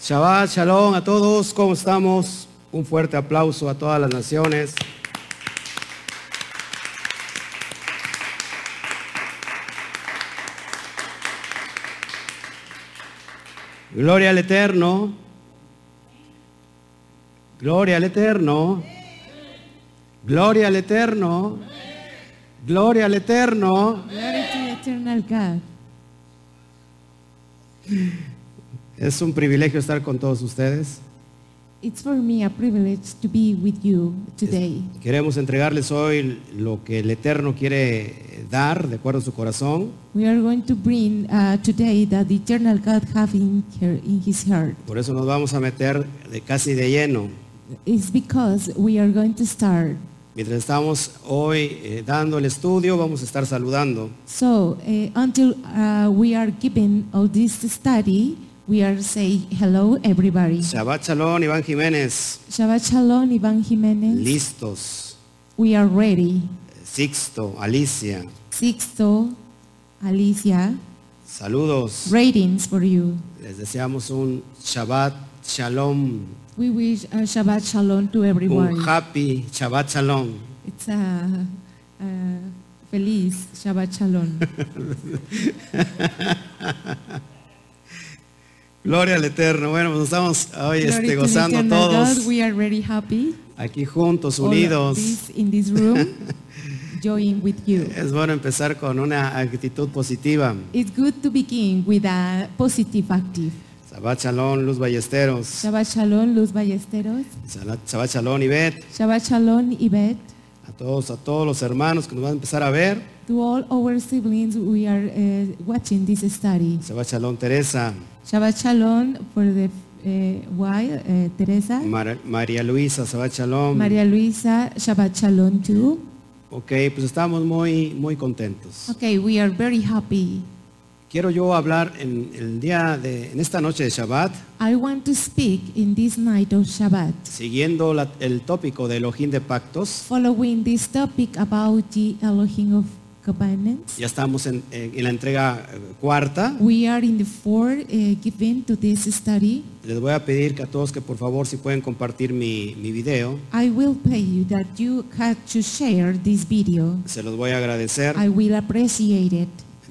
Shabbat, shalom a todos, ¿cómo estamos? Un fuerte aplauso a todas las naciones. Gloria al Eterno. Gloria al Eterno. Gloria al Eterno. Gloria al Eterno. Glory to eternal God. Es un privilegio estar con todos ustedes. It's for me a privilege to be with you today. Queremos entregarles hoy lo que el Eterno quiere dar de acuerdo a su corazón. We are going to bring uh, today that the eternal God have in, her, in his heart. Por eso nos vamos a meter de casi de lleno. It's because we are going to start. Mientras estamos hoy eh, dando el estudio, vamos a estar saludando. So uh, until uh, we are giving all this study, we are say hello everybody. Shabbat Shalom, Iván Jiménez. Shabbat Shalom, Ivan Jimenez. Listos. We are ready. Sixto, Alicia. Sixto, Alicia, Saludos. ratings for you. Les deseamos un Shabbat Shalom. We wish a Shabbat Shalom to everyone. Un happy Shabbat Shalom. It's a, a feliz Shabbat Shalom. Gloria al Eterno. Bueno, pues estamos hoy Glory to este, the gozando eternal todos. God. We are very happy. Aquí juntos, all of unidos. this in this room, join with you. Es bueno empezar con una actitud positiva. It's good to begin with a positive active. Shabbat Shalom, Luz Ballesteros. Shabbat Shalom, Luz Ballesteros. Shala- Shabbat Shalom, Ivette. Shabbat Shalom, Yvette. A todos, a todos los hermanos que nos van a empezar a ver. To all our siblings, we are uh, watching this study. Shabbat Shalom, Teresa. Shabbat Shalom for the uh, wife, uh, Teresa. Mar- María Luisa, Shabbat Shalom. María Luisa, Shabbat Shalom too. Ok, pues estamos muy, muy contentos. Okay, we are very happy. Quiero yo hablar en el día de, en esta noche de Shabbat, I want to speak in this night of Shabbat, siguiendo la- el tópico de Elohim de pactos. following this topic about the Elohim of covenants. Ya estamos en, en- en la entrega eh, cuarta. We are in the four uh, given to this study. Les voy a pedir que a todos que por favor si pueden compartir mi, mi video, I will pay you that you had to share this video. se los voy a agradecer. I will appreciate it.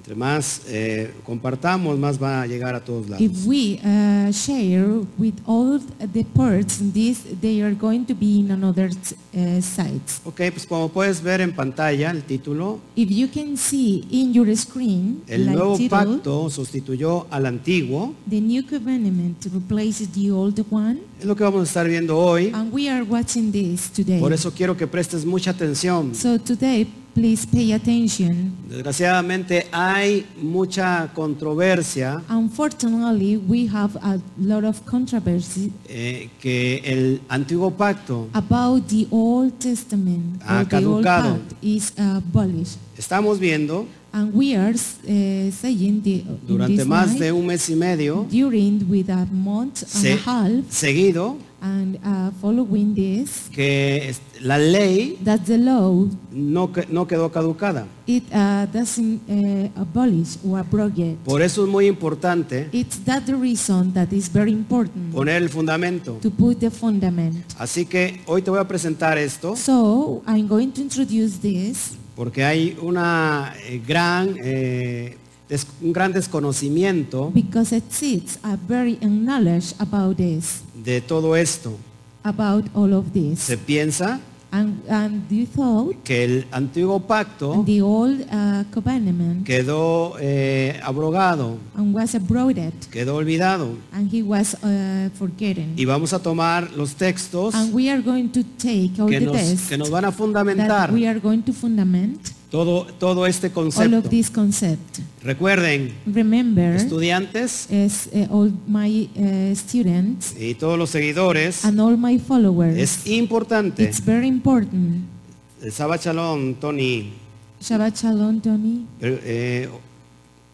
Entre más eh, compartamos, más va a llegar a todos lados. If we uh, share with all the parts in this, they are going to be in another uh, sites. Ok, pues como puedes ver en pantalla el título, If you can see in your screen, el like nuevo title, pacto sustituyó al antiguo. the new covenant replaces the old one, Es lo que vamos a estar viendo hoy. and we are watching this today. Por eso quiero que prestes mucha atención. So today, please pay attention. Desgraciadamente hay mucha controversia Ah. Unfortunately, we have a lot of controversy eh, que el antiguo pacto, about the Old Testament. Ha or the Old caducado. Pact is uh, abolished. estamos viendo And we are uh, saying the, in durante this más de night, un mes y medio during with a month and a se- half, seguido and uh, following this, que es- la ley that the law no, que- no quedó caducada. it uh, doesn't uh, abolish or abrogate. Por eso es muy importante It's that the reason that is very important poner el fundamento. to put the fundament. Así que hoy te voy a presentar esto So I'm going to introduce this porque hay una eh, gran, eh, des- un gran desconocimiento because it sits a very knowledge about this, de todo esto. about all of this. Se piensa And, and you thought que el antiguo pacto the old uh, covenant quedó eh, abrogado, and was abroaded quedó olvidado. and he was uh, forgotten. Y vamos a tomar los textos And we are going to take all que the nos, tests que nos van a that fundamentar we are going to fundament todo, todo este all concepto. of this concept. Recuerden, Remember, estudiantes as uh, all my uh, students y todos los seguidores, and all my followers, es importante. it's very important. El Shabbat Shalom, Tony. Shabbat Shalom, Tony. Pero, eh,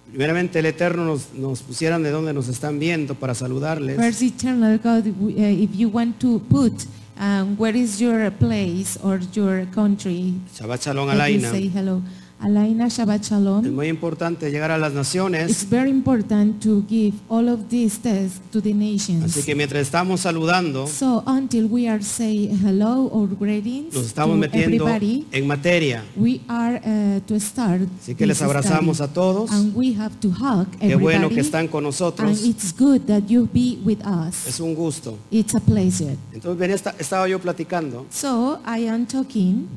primeramente el Eterno nos, nos pusieran de donde nos están viendo para saludarles. First eternal God, w- uh, if you want to put um, where is your place or your country, Shabbat Shalom, let me Alaina. say hello. Alaina Shabbat Shalom. Es muy importante llegar a las It's naciones. very important to give all of these tests to the Así nations. que mientras estamos saludando, So until we are saying hello or greetings nos estamos to metiendo everybody, en materia. we are uh, to start. Así que les this abrazamos study. a todos. And we have to hug Qué bueno que everybody. están con And nosotros. it's good that you be with us. Es un gusto. It's a pleasure. Entonces venía, esta- estaba yo platicando. So I am talking,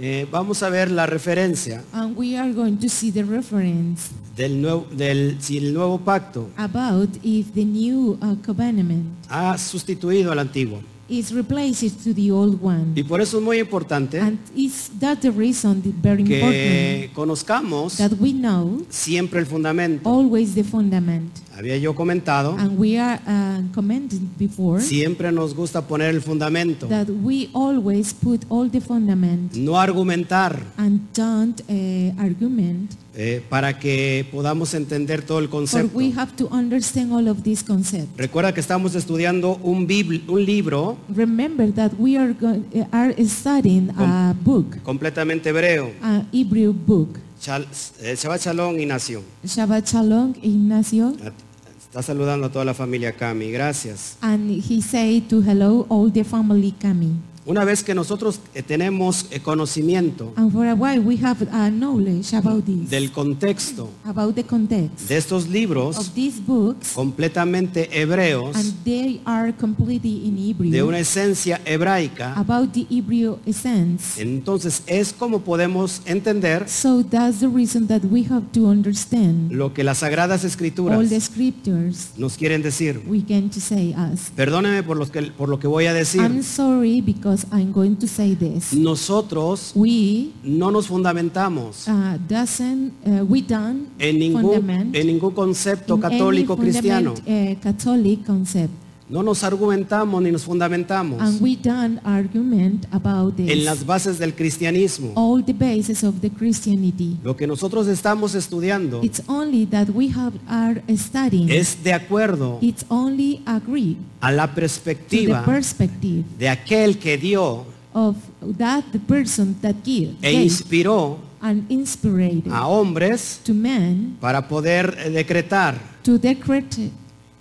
Eh, vamos a ver la referencia and we are going to see the reference del nuevo, del, si el nuevo pacto about if the new uh, covenant ha sustituido al antiguo. is replaced to the old one. Y por eso es muy importante And is that the reason, the very important, que conozcamos that we know siempre el fundamento. always the fundament. Había yo comentado, And we are uh, commenting before siempre nos gusta poner el fundamento, that we always put all the fundament no argumentar and don't uh, argument, eh, para que podamos entender todo el for concepto. we have to understand all of this concept. Recuerda que estamos estudiando un, bibl- un libro Remember that we are, go- eh, are studying a book, completamente hebreo, a Hebrew book. Chal- eh, Shabbat Shalom Ignacio. Shabbat Shalom, Ignacio. A- Está saludando a toda la familia Cami, gracias. And he said to hello all the family coming. Una vez que nosotros eh, tenemos eh, conocimiento And for a while we have uh, knowledge about this, del contexto about the context de estos libros of these books, completamente and hebreos, they are completely in de Hebrew, una esencia hebraica, about the Hebrew essence. entonces es como podemos entender So that's the reason that we have to understand lo que las sagradas all escrituras the scriptures nos quieren decir. we can to say us. Perdóname por, los que, por lo que voy a I'm decir. sorry because I'm going to say this. Nosotros We no nos fundamentamos uh, doesn't, uh, we don't en ningún, fundament en ningún concepto in any católico cristiano. fundament, uh, Catholic concept. No nos argumentamos ni nos fundamentamos And we done argument about en this. las bases del cristianismo. All the basis of the Christianity. Lo que nosotros estamos estudiando It's only that we have are studying. es de acuerdo It's only agree a la to the perspectiva perspective de aquel que dio of that the person that give e Ah. gave inspiró and inspired a hombres to man para poder eh, decretar to decrete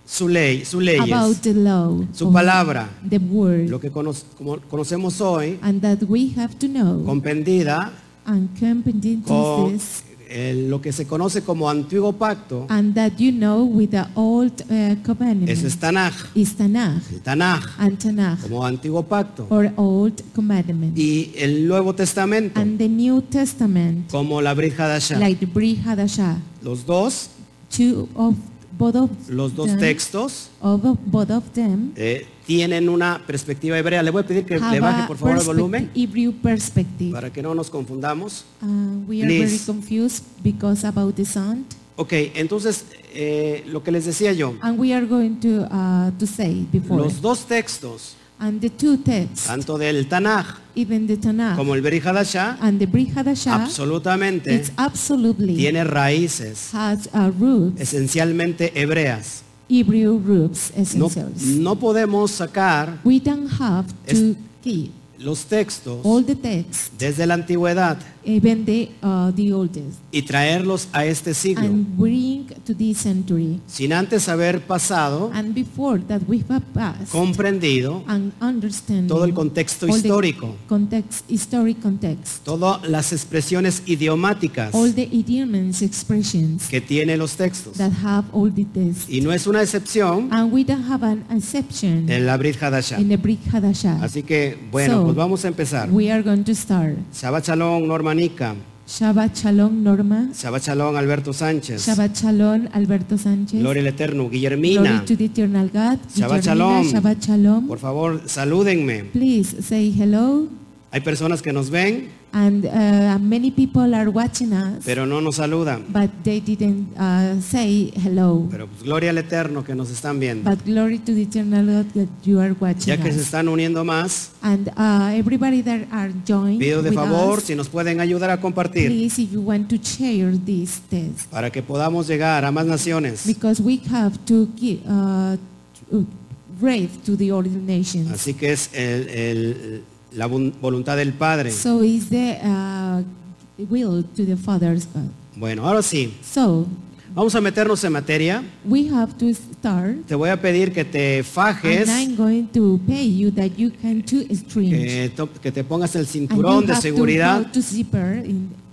su ley, sus about leyes, the law, su of palabra, the word, lo que cono- como conocemos hoy, and that we have to know comprendida and competent con this, eh, lo que se conoce como antiguo pacto, and that you know with the old uh, covenant ese es Tanaj, is Tanakh el Tanaj, and Tanakh como antiguo pacto, or old commandment, y el Nuevo Testamento, and the New Testament como la Brit Hadashah. like the Bri Hadashah. Los dos, Two of both of los dos them, textos of both of them eh, tienen una perspectiva hebrea. Le voy a pedir que have le baje a por favor el perspective- volumen Hebrew perspective. para que no nos confundamos. Uh, we are very Please. confused because about the sound, Ok, entonces eh, lo que les decía yo, and we are going to uh, to say before los dos textos, and the two texts, tanto del Tanaj even the Tanakh como el Brit Hadashah, and the Bri Hadashah, absolutamente Ah, it's absolutely tiene raíces has uh, roots, esencialmente hebreas. Hebrew roots No, essentials. no podemos sacar We don't have to keep los textos all the texts, desde la antigüedad even the uh, the oldest, y traerlos a este siglo and bring to this century. sin antes haber pasado, And before that, we have passed comprendido and understand todo el contexto Mm-hmm. all the histórico, context, historic context, todas las expresiones idiomáticas all the idioms, expressions que tienen los textos. that have all the tests. Y no es una excepción And we don't have an exception en la Brit Hadashah. in the Brit Hadashah. Así que, bueno, So, pues vamos a empezar. We are going to start. Shabbat Shalom, Normanica. Shabbat Shalom Norma, Shabbat Shalom, Alberto Sánchez. Shabbat Shalom Alberto Sánchez, Gloria al Eterno. Glory Guillermina, to the Eternal God, Shabbat Guillermina, Shalom. Shabbat Shalom. por favor, salúdenme. Please say hello. Hay personas que nos ven, And uh, many people are watching us. pero no nos saludan. But they didn't uh, say hello. Pero pues, gloria al Eterno que nos están viendo. But glory to the eternal God that you are watching Ya que se us. están uniendo más, And uh, everybody that are joined pido de with favor us, si nos pueden ayudar a compartir please, if you want to share this test, para que podamos llegar a más naciones. because we have to give uh, to- breathe to the ordinations. Así que es el- el- la vun- voluntad del Padre. So is the uh, will to the Father's God. Bueno, ahora sí, So vamos a meternos en materia. we have to start, Te voy a pedir que te fajes, and I'm going to pay you that you can two strings. que, to- que te pongas el And you Eh, cinturón de have to seguridad go to zipper in-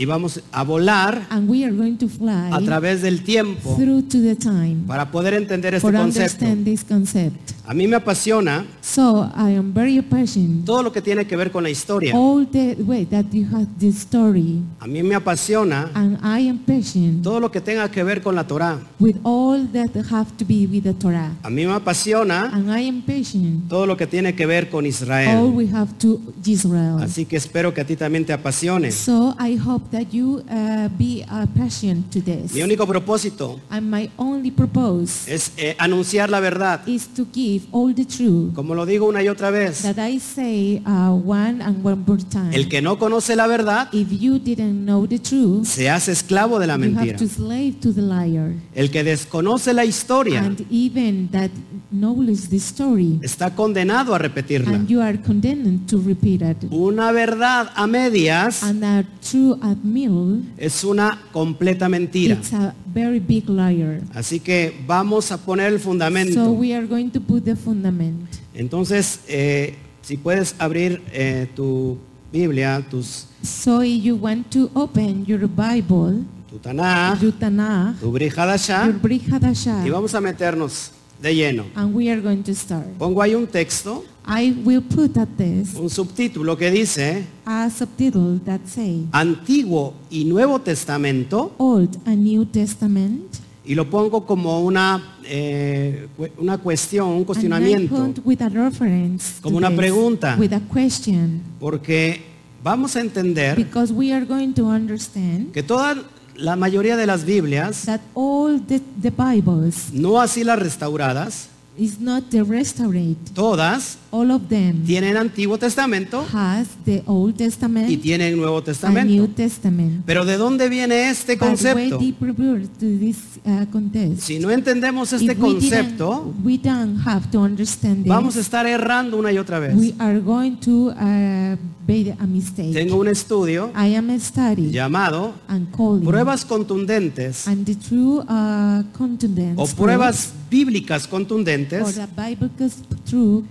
y vamos a volar and we are going to a fly través del tiempo through to the time para poder entender este for concepto. understand this concept. A mí me apasiona So I am very passionate todo lo que tiene que ver con la historia. all the way that you have this story, A mí me apasiona and I am patient todo lo que tenga que ver con la Torá. with all that have to be with the Torah, A mí me apasiona and I am patient todo lo que tiene que ver con all Israel. we have to Israel. Así que espero que a ti también te apasione. So I hope that you uh, be uh, patient to this. Mi único propósito And my only purpose es eh, anunciar la verdad. is to give all the truth Como lo digo una y otra vez, that I say uh, one and one more time. el que no conoce la verdad If you didn't know the truth, se hace esclavo de la you have mentira. to slave to the liar. El que desconoce la historia And even that knowledge the story, está condenado a repetirla. and you are condemned to repeat it. Una verdad a medias And that true at meal, es una completa mentira. it's a very big liar. Así que vamos a poner el So fundamento. we are going to put the fundament. Entonces, eh, si puedes abrir eh, tu Biblia, tus, So if you want to open your Bible, tu Taná, your Tanakh, tu your Brihadashá, Brit Hadashah, Ah. y vamos a meternos de lleno. and we are going to start. Pongo ahí un texto, I will put at this un subtítulo que dice a subtitle that say Antiguo y Nuevo Testamento Old and New Testament, y lo pongo como una, eh, cu- una cuestión, un and I cuestionamiento, put with a reference to Como una this, pregunta. with a question, porque vamos a entender because we are going to understand que toda la mayoría de las Biblias, that all the, the Bibles no así las restauradas, is not the restaurant. todas All of them tienen Antiguo Testamento has the Old y Testament tienen Nuevo and New Testamento. Testament. Pero ¿de dónde viene este But way concepto? deeper to this uh, contest. Si no entendemos este If we didn't- concepto, we don't have to understand this. vamos a estar errando una y otra we vez. are going to uh, make a mistake. Tengo un estudio I am studying llamado and calling Pruebas contundentes and the true uh, contundence o pruebas bíblicas or contundentes the biblical truth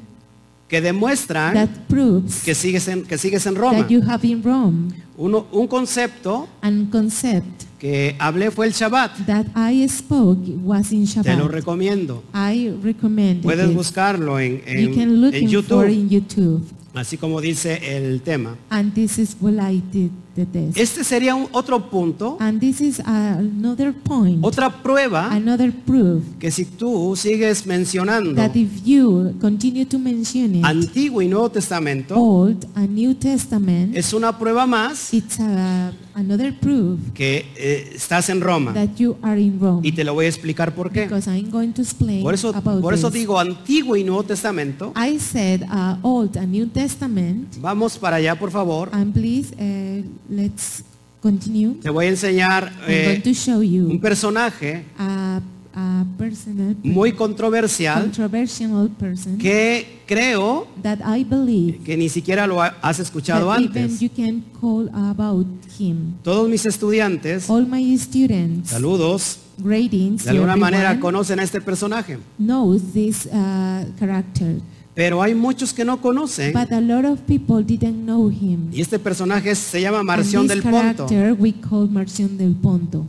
que demuestran that proves Ah, que sigues en, que sigues en Roma. that you have in Rome Uno- un concepto and concept que hablé fue el Shabbat. that I spoke was in Te Shabbat. lo recomiendo. I recommend Puedes it. buscarlo en, en- you can look en in for YouTube, in YouTube. así como dice el tema. And this is what I did the test. Este sería un- otro punto, And this is another point, otra prueba another proof que si tú sigues mencionando that if you continue to mention it, Antiguo y Nuevo Testamento, Old and New Testament, es una prueba más it's a, another proof que eh, estás en Roma. that you are in Rome. Y te lo voy a explicar por qué. Because I'm going to explain Por eso, about por eso this. digo Antiguo y Nuevo Testamento. I said uh, Old and New Testament, Vamos para allá, por favor. and please uh, let's continue. Te voy a enseñar I'm eh, going to show un you personaje a, a personal, muy controversial controversial person que creo that I believe que ni siquiera lo ha- has escuchado that even antes. you can call about him. Todos mis estudiantes, All my students, saludos, ratings, de alguna manera everyone conocen a este personaje. knows this uh, character, Pero hay muchos que no conocen. but a lot of people didn't know him. Y este personaje es- se llama And Marción del this Ponto. character we call Marción del Ponto.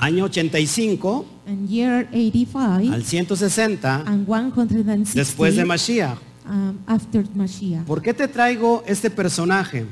Año 85 And year 85 al 160 and 160 después de Mashiach. um, after Mashiach. ¿Por qué te traigo este personaje?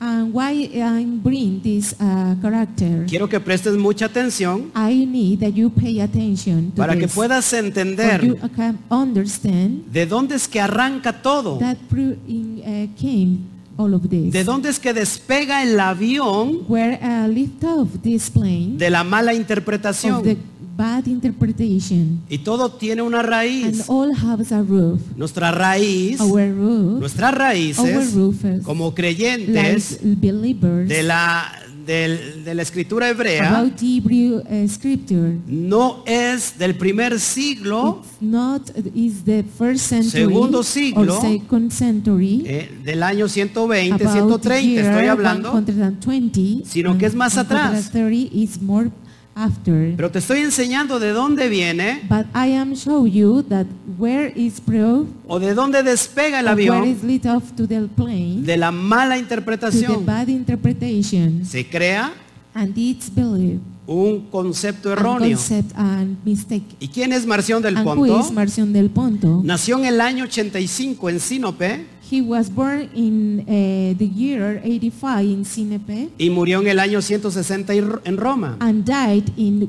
And why I'm bringing this uh, character? Quiero que prestes mucha atención I need that you pay attention to para que this. puedas for you entender can understand de dónde es que arranca todo, that through in, uh, came all of this. de dónde es que despega el avión Where uh, lift off this plane de la mala of the interpretación. bad interpretation Y todo tiene una and raíz. all has a roof. Nuestra raíz, Our roof, nuestras our raíces roofers, como like creyentes believers, de la del- de la escritura hebrea about the Hebrew uh, scripture. no es del primer siglo It's not is the first century Segundo siglo, or second century eh, del año 120, about 130, year estoy hablando, 120, sino que es más and atrás. 130 is more after. pero te estoy enseñando de dónde viene But I am show you that where is proof o de dónde despega el and where avión is lit off to the plane de la mala to the interpretación. bad interpretation Se crea and its belief un concepto and erróneo. concept and mistake. ¿Y quién es Marción del and who is Ponto? Marcion del Ponto? Nació en el año 85 en Sinope He was born in uh, the year 85 in Sinepe y murió en el año 160 y- en Roma. and died in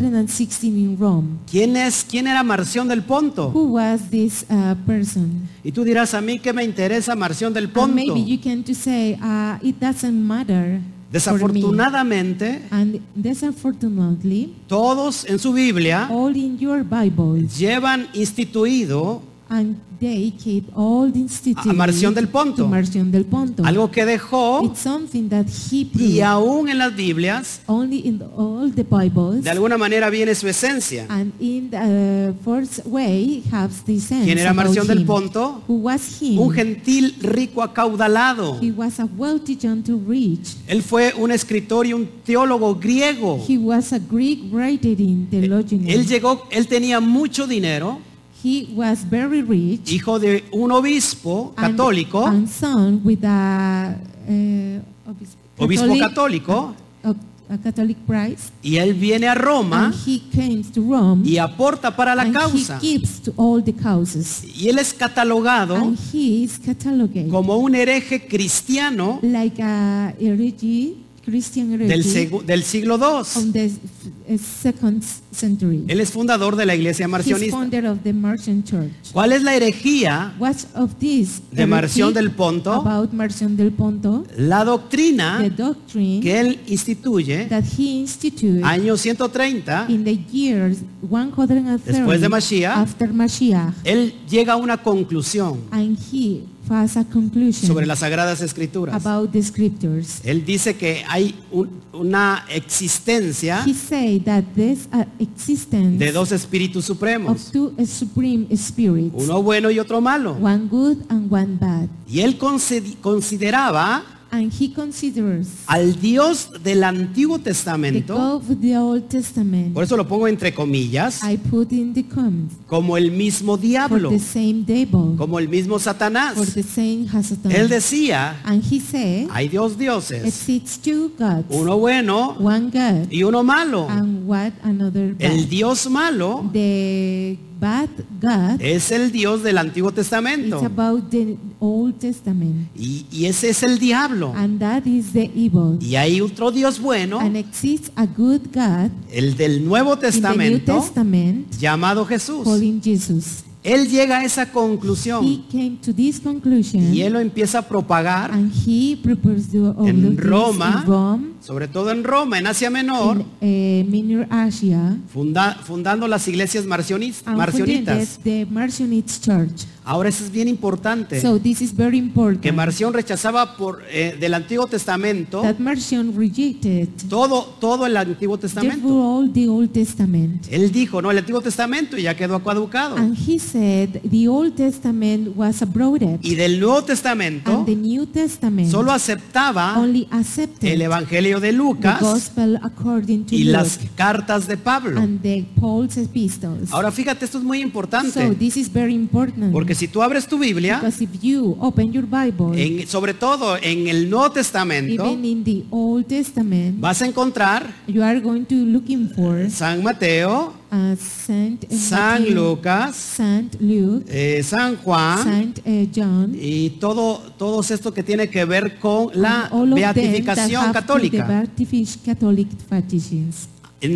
116 in Rome. ¿Quién es? ¿Quién era Marción del Ponto? Who was this uh, person? Y tú dirás a mí que me interesa Marción del And Ponto. maybe you can to say uh, it doesn't matter for me. Desafortunadamente, And desafortunately, todos en su Biblia all in your Bibles llevan instituido and they keep all the institute A Marcion del Ponto. to Marcion del Ponto. algo que dejó It's something that he proved y aún en las Biblias only in the- all the Bibles. de alguna manera viene su esencia. And in the uh, first way has the sense ¿Quién era about Marción del him. Ponto? Who was him? Un gentil rico acaudalado. He was a wealthy gentle rich. Él fue un escritor y un teólogo griego. He was a Greek writer in theologian. Eh, Él llegó, él tenía mucho dinero, he was very rich. hijo de un obispo and- católico, And, son with a uh, obis- obispo Catholic- católico, a, a Catholic priest. y él viene a Roma And he came to Rome. y aporta para la and causa. he gives to all the causes. Y él es catalogado And he is catalogued como un hereje cristiano like a herege, Christian herege. del, segu- del siglo II. From the f- eh, second century. Él es fundador de la iglesia He's marcionista. founder of the Martian Church. ¿Cuál es la herejía? What of this? De Marción del Ponto. Ah. About Marcion del Ponto. La doctrina The doctrine que él instituye that he instituted año 130, in the years 130 Después de Mashiach. after Mashiach. él llega a una conclusión And he has a conclusion sobre las sagradas escrituras. Mm. about the scriptures. Él dice que hay un- una existencia He say that there's an existence de dos espíritus of supremos, two supreme spirits, uno bueno y otro malo. one good and one bad. Y él consi- consideraba And he considers al Dios del Antiguo the Testamento, God of the Old Testament. por eso lo pongo entre comillas, I put in the comments como el mismo for diablo, the same devil, como el mismo for Satanás. the same Hasatan. Él decía, and he said, hay dos dioses, exists two gods, uno bueno one God y uno malo. and what another El bad. Dios malo The bad God es el Dios del Antiguo is Testamento. about the Old Testament, Y, y ese es el diablo. and that is the evil. Y hay otro Dios bueno, And exists a good God el del Nuevo in the New Testamento, Testament llamado Jesús. calling Jesus. Él llega a esa He conclusión came to this conclusion y él lo empieza a propagar, and he proposed the all En of this Roma, in Rome sobre todo en Roma, en Asia Menor, in uh, Minor Asia funda- fundando las iglesias marcionis- and founded marcionitas. the Marcionites Church. Ahora eso es bien importante, So this is very important que Marción rechazaba por, eh, del Antiguo Testamento that Marcion rejected todo, todo el Antiguo therefore Testamento. all the Old Testament. Él dijo, no, el Antiguo Testamento y ya quedó caducado. And he said the Old Testament was abroad Y del Nuevo Testamento and the New Testament solo aceptaba only el accepted Evangelio de the Lucas gospel according to y Luke las cartas de Pablo. and the Paul's epistles. Ahora fíjate, esto es muy so importante, this is very important. porque si tú abres tu Biblia, Because if you open your Bible, en- sobre todo en el Nuevo Testamento, even in the Old Testament, vas a encontrar you are going to looking for San Mateo, uh, Saint San Matthew, Lucas, Saint Luke, eh, San Juan Saint uh, John, y todo, todo esto que tiene que ver con la and all of them that beatificación have to the católica. beatific- Catholic traditions.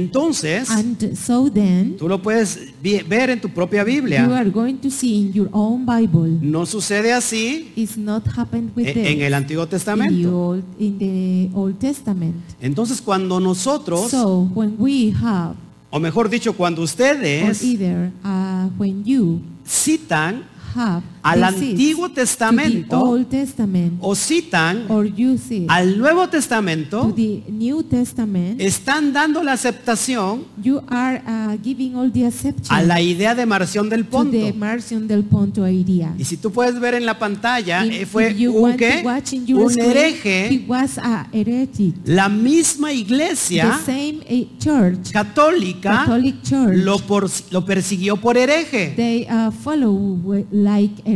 Entonces, And so then, tú lo puedes vi- ver en tu propia you Biblia. are going to see in your own Bible, No sucede así e, it's not happened with en, en them el Antiguo in the Testamento. Old, in the Old Testament. Entonces, cuando nosotros, So when we have, o mejor dicho, cuando or ustedes either uh, when you citan have al This is Antiguo to the Testamento Old Testament o citan or use it al Nuevo to Testamento, the New Testament, están dando la aceptación you are uh, giving all the acceptance a la idea de Marción del to the Ponto. Marcion del Ponto idea. Y si tú puedes ver en la pantalla, eh, If fue you un, want to ¿qué? watch in your un screen, He hereje, was a heretic. la misma The iglesia same eh, church, católica Catholic Church, lo, por- lo persiguió por hereje. they uh, follow wi- like heretic.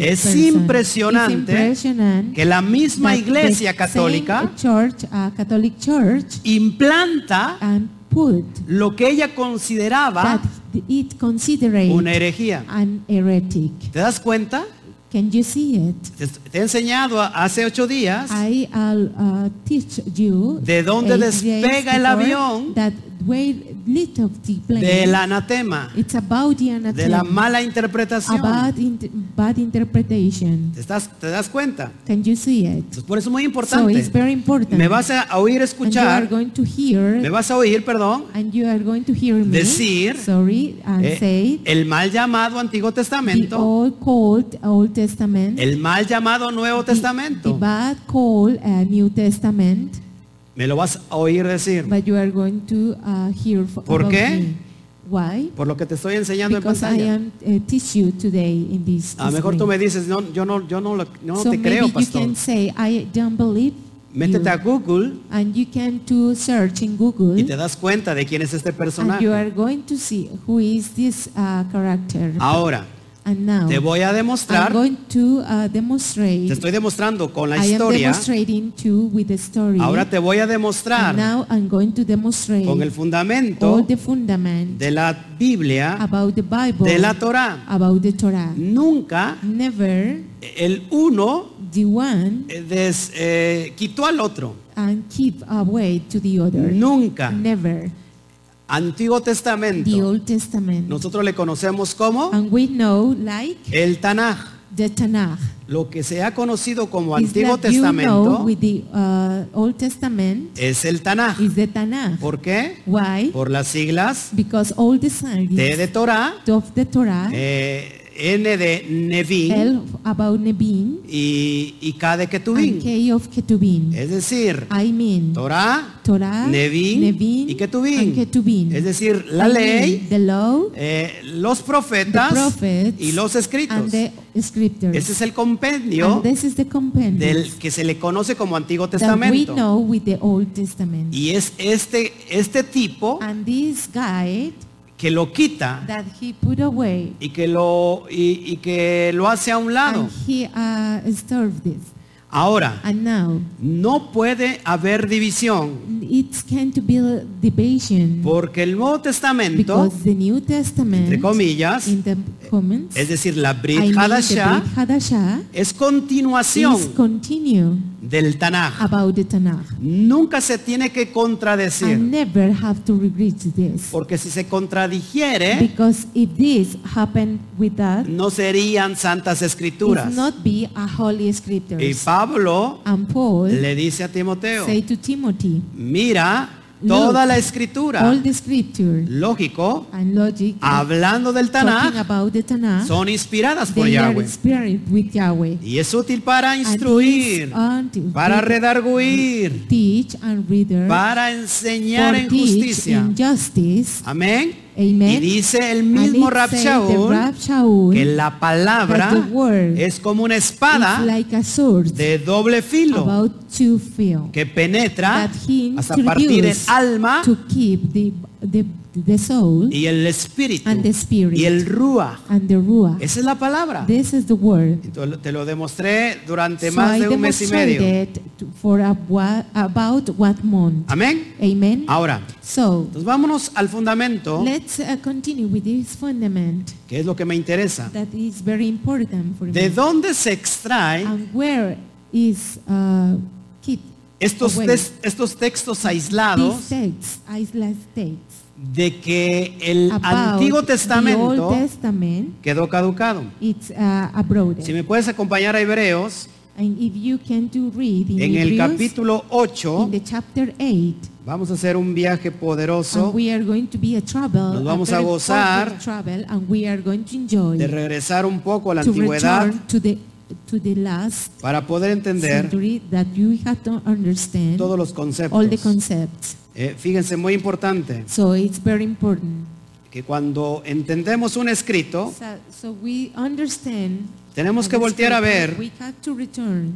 Es person. impresionante It's impressionant que la misma that the iglesia same católica church, uh, Catholic Church, implanta and put lo que ella consideraba that it considerate una herejía. an heretic. ¿Te das cuenta? Can you see it? Te, te he enseñado a- hace ocho días I will uh, teach you ¿De dónde eight despega days el before avión? That way little the plane. del anatema, It's about the anatomy. de la mala interpretación. About int- bad interpretation. ¿Te, estás- te das cuenta? Can you see it? Entonces, por eso es muy So it's importante. very important. Me vas a oír and you are escuchar, going to hear me vas a oír, perdón, and you are going to hear me. decir, sorry and eh, say el mal llamado Antiguo the Testamento, old called Old Testament. el mal llamado Nuevo The Testamento. bad called uh, New Testament. Me lo vas a oír decir. But you are going to uh, hear f- ¿Por about qué? me. Why? Por lo que te estoy enseñando en Because I pantalla. am uh, teach you today in this. A lo mejor screen. tú me dices, no, yo no, yo no, lo- yo no so te maybe creo, you pastor. can say I don't believe. Métete you. a Google And you can do search in Google. y te das cuenta de quién es este and you personaje. are going to see who is this uh, character. Ahora, and now Ah, te voy a I'm demostrar, going to uh, demonstrate. te estoy demostrando con la I am historia, demonstrating too with the story. ahora te voy a and demostrar now I'm going to demonstrate con el all fundamento the fundament de la Biblia, about the Bible, de la Torá. about the Torah. Nunca Never el uno the one eh, des- eh, quitó al otro. and keep away to the other. Nunca. Never Antiguo the Testamento. Old Testament. Nosotros le conocemos como And we know like el Tanaj. the Tanakh. Lo que se ha conocido como Is Antiguo that you know Testamento with the uh, Old Testament es el Tanaj. is the Tanakh. ¿Por qué? Why? Por las siglas Because all the signs T de Torah, of the Torah, eh, N de Nevin L about Nebin, y, y K de and Ketubim. K of Ketubim. Es decir, I mean, Torah, Torah, Nevin Nevin, y and Ketubim. Ketubim. Es decir, la I mean, ley, the law, eh, los the profetas prophets, y los escritos. and the scriptures. Ese es el compendio and this is the compendium del que se le conoce como Antiguo that we Testamento. know with the Old Testament. Y es este, este tipo and this guide que lo quita that he put away y que lo, y, y que lo hace a un lado. and he uh, starved this. Ahora, And now no puede haber división it can't be division porque el Nuevo Testamento, because the New Testament entre comillas, in the comments es decir, la I mean Brit the Hadashah, Brit Hadashah es is continuación continue del Tanaj. about the Tanakh. Nunca se tiene que I contradecir never have to regret this porque si se contradijere, because if this happened with that, no serían santas escrituras. it not be a holy scripture. Y Pablo And Paul le dice a Timoteo, say to Timothy, mira Look, toda la escritura, all the scripture lógico, and logic hablando del talking Tanaj, about the Tanakh, son inspiradas por they are Yahweh. inspired with Yahweh. Y es útil para And uh, instruir, this and to para read- redarguir, teach and reader, para enseñar for en teach justicia. in justice. Amén. Y Amen. dice el And mismo it Rab say the Shaul Rab Shaul que la palabra that the word es como una is espada like a sword de doble filo about to feel que penetra that he hasta partir el introduced alma to keep the, the, the soul y el espíritu and the spirit y el rúa. and the ruach. Esa es la palabra. This is the word. Entonces, te lo demostré durante So más I de un mes y medio. demonstrated to- for a wa- about what month. Amén. Amen. Ahora, So entonces vámonos al fundamento, let's uh, continue with this fundament que es lo que me interesa. that is very important for ¿De me. dónde se extraen And where is uh, keep estos, away tes- estos textos these aislados texts, island states, de que el about Antiguo the Testamento Old Testament? quedó caducado? It's uh, abroad. Si me puedes acompañar a Hebreos And if you can do read in En el Hebrews, capítulo in 8 the chapter 8, vamos a hacer un viaje and poderoso we are going to be a travel, Nos vamos a very gozar important travel, and we are going to enjoy de regresar un poco a la to antigüedad return to the to the last para poder entender century that you have to understand todos los all the conceptos. concepts. Eh, fíjense, muy importante, So it's very important. que cuando entendemos un escrito, So, so we understand. tenemos que that voltear a scripture, ver We have to return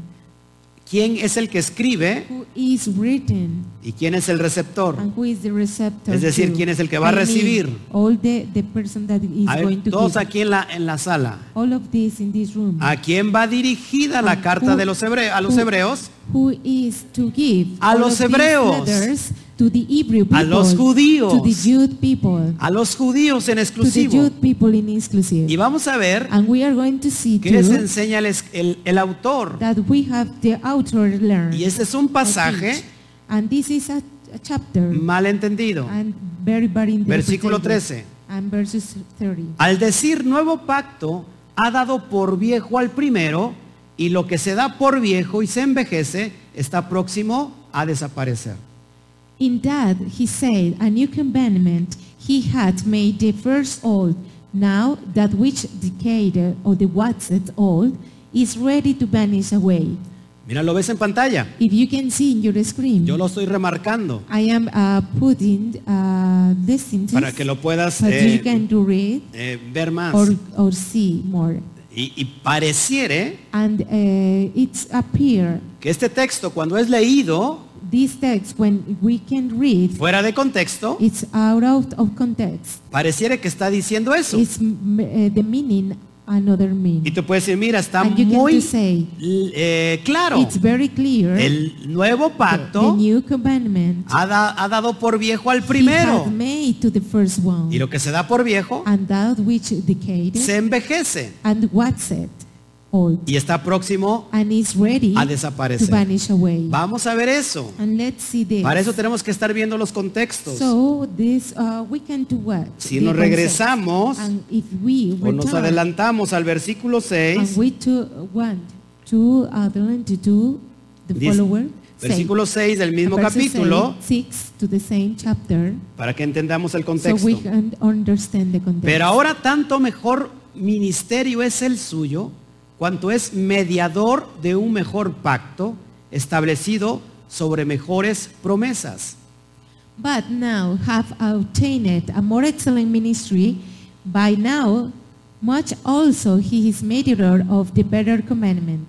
quién es el que escribe who is written y quién es el receptor. and who is the receptor. Es decir, to. quién es el que va a I mean, recibir. All the, the person that is A ver, going to todos give. aquí en la, en la sala. All of this in this room. ¿A quién va dirigida la carta de los hebreos, a los Who- hebreos? Who is to give A all los of these hebreos. letters to the Hebrew people, A los judíos. to the Jude people, A los judíos en to the exclusivo. Jude people in exclusive. Y vamos a ver And we are going to see qué les too enseña el, es- el- el autor. that we have the author learn. Y este es un pasaje teach. And this is a, a chapter mal entendido. and very bad Versículo interpretation. 13. And verses 30. Al decir nuevo pacto, ha dado por viejo al primero y lo que se da por viejo y se envejece está próximo a desaparecer. In that he said, a new commandment he had made the first old. Now that which decayed or the what's it old is ready to vanish away. Mira, lo ves en pantalla. If you can see in your screen, Yo lo estoy remarcando I am uh, putting uh, the sentence para que lo puedas that you eh, can do read eh, ver más. or, or see more. Y, y pareciere And uh, it's appear que este texto cuando es leído this text when we can read fuera de contexto, it's out of, of context. pareciere que está diciendo eso. It's m- uh, the meaning another meaning. Y tú puedes decir, mira, está And you can muy just say, eh, claro. It's very clear. El nuevo that the pacto new commandment ha, da- ha dado por viejo al he primero. had made to the first one, Y lo que se da por viejo and that which decayed, se envejece and what's it old, y está próximo. and is ready a to desaparecer. vanish away. Vamos a ver eso. And let's see this. Para eso tenemos que estar viendo los contextos. so this uh, we can do what? Si The nos concept. regresamos and if we o nos return, adelantamos al versículo and 6, we to want to adelante to the Dice- follower, say, versículo 6 del mismo verses eight, capítulo, six to the same chapter. para que entendamos el So we contexto. can understand the context. Pero ahora tanto mejor ministerio es el suyo, cuanto es mediador de un mejor pacto establecido sobre mejores promesas. But now have obtained a more excellent ministry. By now, much also he is mediator of the better commandment,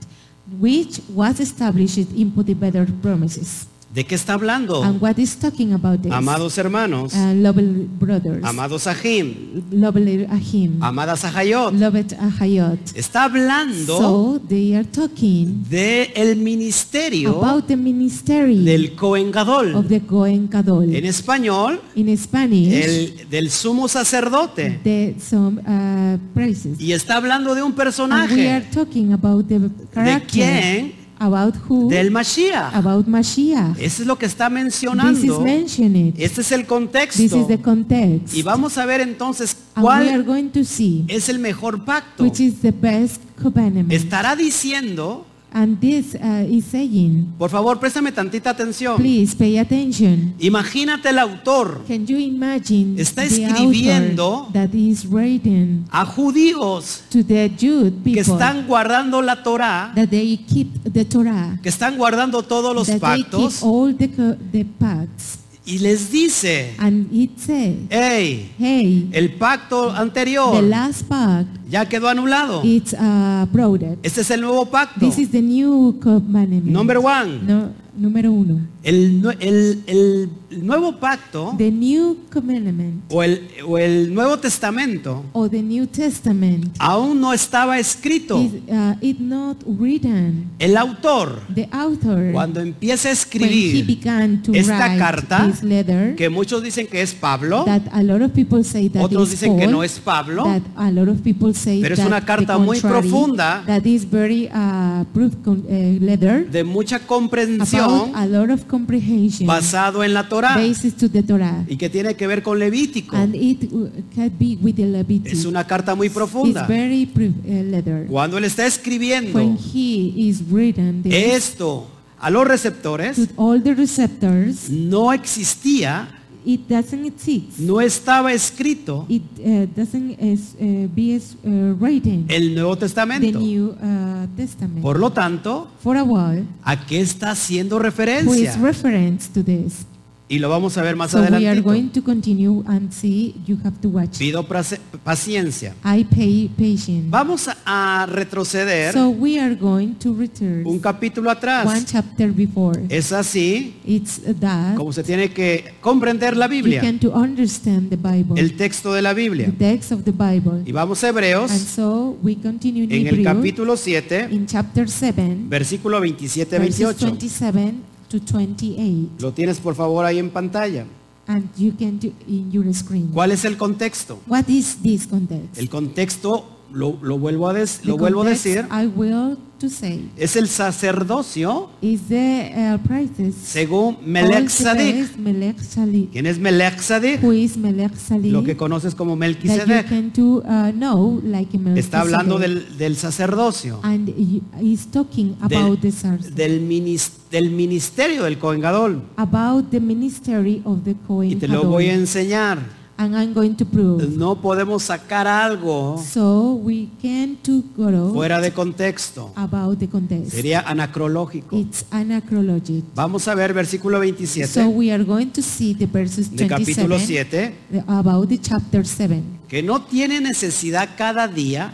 which was established into the better promises. ¿De qué está hablando? And what is talking about this? Oh. Amados hermanos, Uh, loved brothers. amados Ajim, Loved Ahim. amada Sahayot, Loved Ahayot. está hablando So they are talking del el ministerio about the ministry del Cohen Gadol. of the Goen Gadol. En español, In Spanish, el del sumo sacerdote. the, some uh, praises. Y está hablando de un And we are personaje, talking about the character, quién? about who, del Mashiach. about Mashiach. Eso es lo que está This is mencionando. mentioned. Este es el This is contexto. the context. Y vamos a ver entonces and we are cuál going to see es el mejor pacto. which is the best covenant. Estará diciendo, and this uh, is saying, por favor, préstame tantita atención. please pay attention. Imagínate el autor Can you imagine Está the escribiendo author that is writing a judíos to the Jude que people están guardando la Torá, that they keep the Torah, que están guardando todos los that they keep pactos all the, co- the pacts. y les dice, And it says, hey, hey, el pacto the anterior last pact, ya quedó anulado. it's uh, broadened. Este es el nuevo pacto. This is the new commandment. Number one, No, número uno. el, nue- el- el nuevo pacto The new commandment o el, o el Nuevo Testamento or the New Testament aún no estaba escrito. is uh, it not written. El autor, The author, cuando empieza a when he escribir began to esta write carta, this letter, que muchos dicen que es Pablo, that a lot of people say that otros is dicen que Paul, no es Pablo, that a lot of people say pero es that una the carta muy contrary, profunda that is very uh, proof con- eh, letter de mucha about comprensión a lot of comprehension basado en la Torah basis to the Torah. y que tiene que ver con Levítico. And it w- can be with the Leviticus. Es una carta muy It's profunda. very pre- uh, leather. Cuando él está When escribiendo he is written this esto a los to receptores, all the receptors, no existía, it doesn't exist. no estaba escrito It uh, doesn't is, uh, be as, uh, written el Nuevo the Testamento. New uh, Testament. Por lo tanto, For a while, ¿a qué está haciendo who is referencia? reference to this? Y lo vamos a ver más So we are adelante. going to continue and see. You have to watch. Pido prase- paciencia. I pay patience. Vamos a retroceder So we are going to return un capítulo one atrás. chapter before. Es así It's that como se tiene que comprender la we Biblia, can to understand the Bible, el texto de la the Biblia. text of the Bible. Y vamos a And Hebreos so we continue in en el Hebrew capítulo 7, in chapter 7, versículo 27 verses 28. 27 to 28. Lo tienes por favor ahí en pantalla. And you can do in your screen. ¿Cuál es el contexto? What is this context? El contexto, lo, lo vuelvo, a des- lo The vuelvo a context, decir, I will to say es el sacerdocio is the uh, practice según all Melech the Sadek. practice Melech Sadiq. ¿Quién es Melech Sadek? Who is Melech Sadiq? Lo que conoces como that you Melquisedec. can do uh, know like Melchizedek. Está hablando del, del sacerdocio, and he- he's talking del, about the service, del, minis- del ministerio del Cohen Gadol. about the ministry of the Kohen Y te lo Gadol. voy a enseñar. and I'm going to prove. No podemos sacar algo So we can to go fuera de contexto. about the context. Sería anacrológico. It's anacrologic. Vamos a ver versículo So 27 we are going to see the verses de capítulo 27 7. the- about the chapter 7. que no tiene necesidad cada día,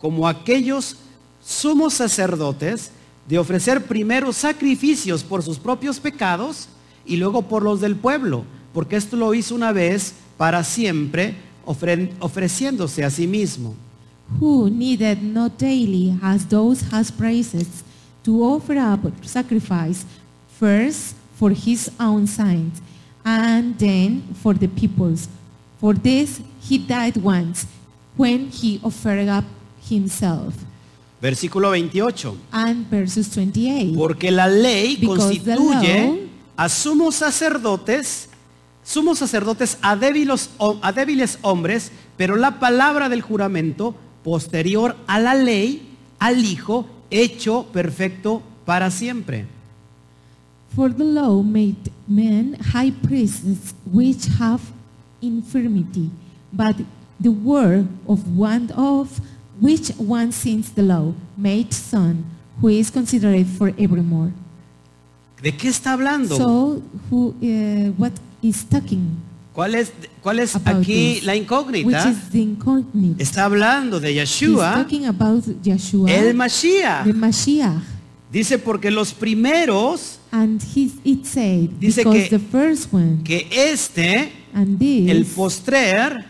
como aquellos sumos sacerdotes, de ofrecer primero sacrificios por sus propios pecados y luego por los del pueblo, porque esto lo hizo una vez para siempre, ofren- ofreciéndose a sí mismo. who needed not daily as those has praises to offer up sacrifice first for his own sins and then for the people's. For this he died once when he offered up himself. Versículo 28. And verses 28. Porque la ley Because the law- constituye a sumos sacerdotes, sumos sacerdotes a débiles, hom- a débiles hombres, pero la palabra del juramento posterior a la ley, al Hijo, hecho perfecto para siempre. For the law made men high priests which have infirmity, but the word of one of which one since the law made son, who is considered forevermore. ¿De qué está hablando? So, who, uh, what is talking? ¿Cuál es, cuál es About aquí this, la Which incógnita? is the incognito. Está hablando de He's Yeshua, talking about Yeshua, el the Mashiach. Mashiach. Dice porque los primeros, And he, it said, Dice because que- the first one, que este, and el this, postrer,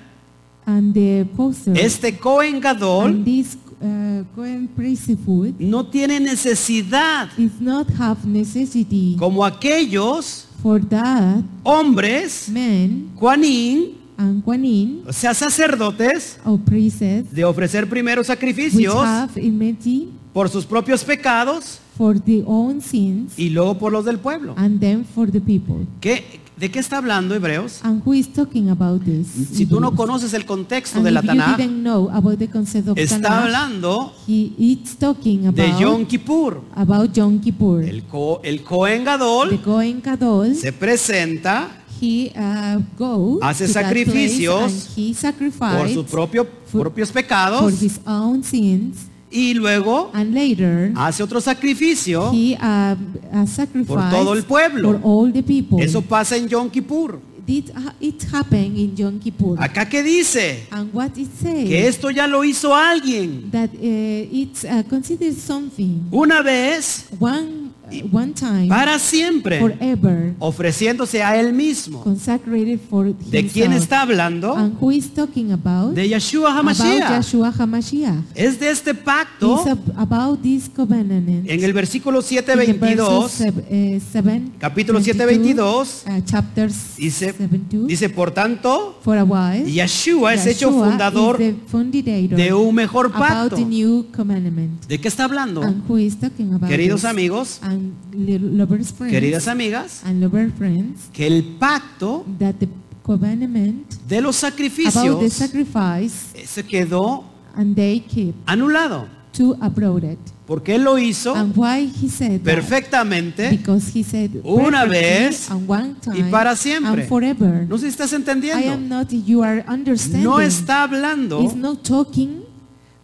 and the poster, este Cohen Gadol, And this uh, Cohen priesthood food no tiene necesidad is not have necessity como aquellos for that hombres, men Juanín, and Quanin o sea, sacerdotes, or priests de ofrecer primero which sacrificios have enmity por sus propios pecados for their own sins y luego por los del pueblo. and then for the people. ¿Qué- ¿De qué está hablando Hebreos? And who is talking about this? Si tú no Hebrews? conoces el contexto and de la if you Taná, didn't know about the concept of está Tanakh, hablando he it's talking about de Yom Kippur. about Yom Kippur. El, co, el Cohen the Gadol Cohen Gadol se presenta He uh, goes Hace to that place sacrificios and he por sus sacrificed propio- for- propios for pecados his own sins y luego and later hace otro sacrificio. he uh, uh, sacrificed Ah. Por todo el pueblo. for all the people. Eso pasa en Yom Kippur. Did, ha- it happened in Yom Kippur. Acá que dice And what it says que esto ya lo hizo alguien that uh, it's uh, considered something una vez one uh, one time para siempre, e- forever ofreciéndose a él mismo. consecrated for himself. ¿De quién está hablando? And who is talking about? De Yeshua Ah, about Hamashiach. Yeshua HaMashiach. Es de este It's pacto ab- about this covenant. en el versículo In the verses 7:22 seb- eh, seven, Capítulo 22, 7:22, uh, chapter dice 72, dice, por tanto, for a while, Yeshua es hecho Yahshua fundador is the fundator de un mejor about pacto. the new commandment. ¿De qué está hablando? And who is talking about Queridos this? Ah, pues. amigos, And and li- lovers friends Queridas amigas, and lover friends que el pacto that the covenant de los about the sacrificios sacrifice eh, se quedó and they keep anulado. to abroad it. Porque él lo hizo And why he said that? perfectamente. Because he said Una perfectly vez and one time para siempre. and forever. No sé si estás I am entendiendo. not you are understanding. No está hablando It's not talking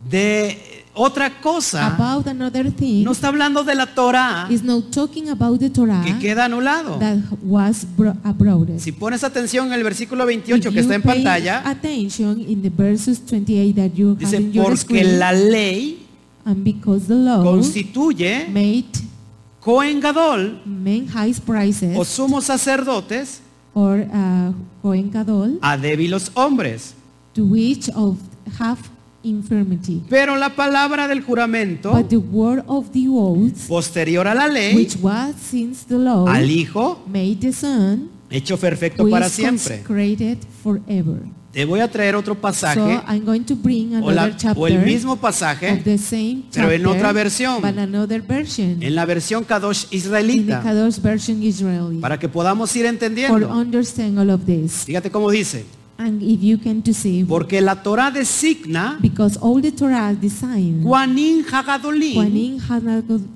de otra cosa. about another thing. No está hablando de la Torah It's not talking about the Torah que queda anulado. that was bro- abroad. Si pones atención en el versículo If 28 que you está en pay pantalla, Attention in the verses 28 that you have dice, in your porque screen, oh, la ley and because the law constituye made Cohen Gadol men high prices o sumos sacerdotes or uh, Kohen Gadol a débiles hombres. to which of have infirmity. Pero la palabra del juramento But the word of the oath, posterior a la ley which was since the law, al Hijo made the Son, hecho perfecto who para is siempre. consecrated forever. Te voy a traer otro pasaje So I'm going to bring o, another la- chapter o el mismo of pasaje the same chapter, pero en otra versión. but another version, en la versión Kadosh in the israelita Kadosh version Israeli, para que podamos ir for entendiendo. understand all of this. Fíjate cómo dice, And if you can to see, porque la Torah designa because all the Torah design, Juanín Hagadolim Juanin Hanagod-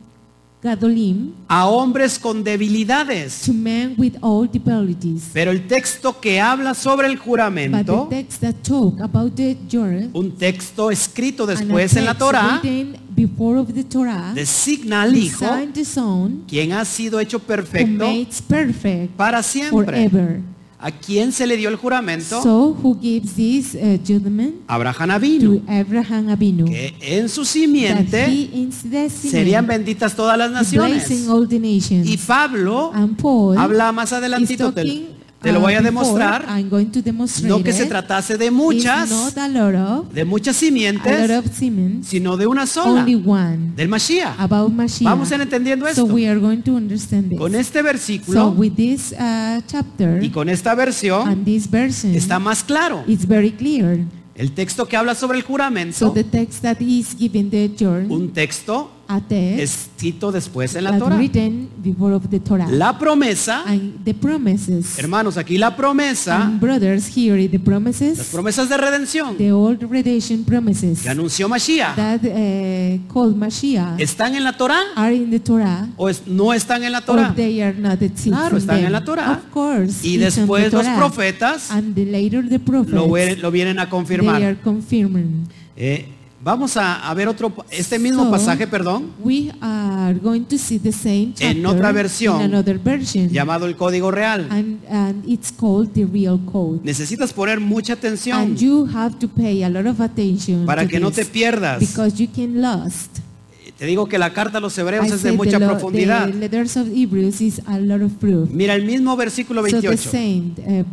Gadolim, a hombres con debilidades. to men with all debilities. Pero el texto que habla sobre el But the juramento, text that talk about the juror un texto escrito and a después en la text Torah, written before of the Torah, designa al Hijo, designed the Son, quien ha sido hecho who perfecto makes perfect para siempre. forever. ¿A quién se le dio el juramento? So who gives this uh, judgment Abraham Avinu, to Abraham Avinu? que en su That simiente he is ¿eh? serían destined benditas todas las to blessing naciones. all the nations. Y Pablo and Paul habla más is adelantito, te, talking, te lo voy a uh, before, demostrar, I'm going to demonstrate no que it. se tratase de It's muchas, not a lot of, de muchas a lot simientes, of Siemens, sino de una sola, only one del Mashiach. about Mashiach. Vamos a ir entendiendo So esto. we are going to understand this. Con este so versículo with this uh, chapter y con esta versión and this version, está más claro. it's very clear. El texto que habla sobre el So juramento, the text that is given the adjourn, un texto a text escrito después en la that Torah. written before of the Torah. La promesa, and the promises. hermanos, aquí la promesa, and brothers, here is the las promises, promesas de redención the old redemption promises que anunció Mashiach, that uh, called Mashiach ¿están en la Torah are in the Torah. o es- no están en la Or Torah? they are not exist Claro, in están en them. la Torah. Of course, Y it's on the después los Torah. profetas And the later the prophets, Lo, ve- lo vienen a They are confirmar. confirming. Eh, vamos a, a ver otro, este mismo So, pasaje, perdón, We are going to see the same chapter En otra versión, in another version. llamado el Código Real. and, and it's called the real code. Necesitas poner mucha atención And you have to pay a lot of attention para to que no te this, pierdas. Eh, because you can lost. Te digo que la carta a los hebreos I es de said mucha the, lo- profundidad. the letters of Hebrews is a lot of proof. Mira el mismo versículo So the 28. same uh,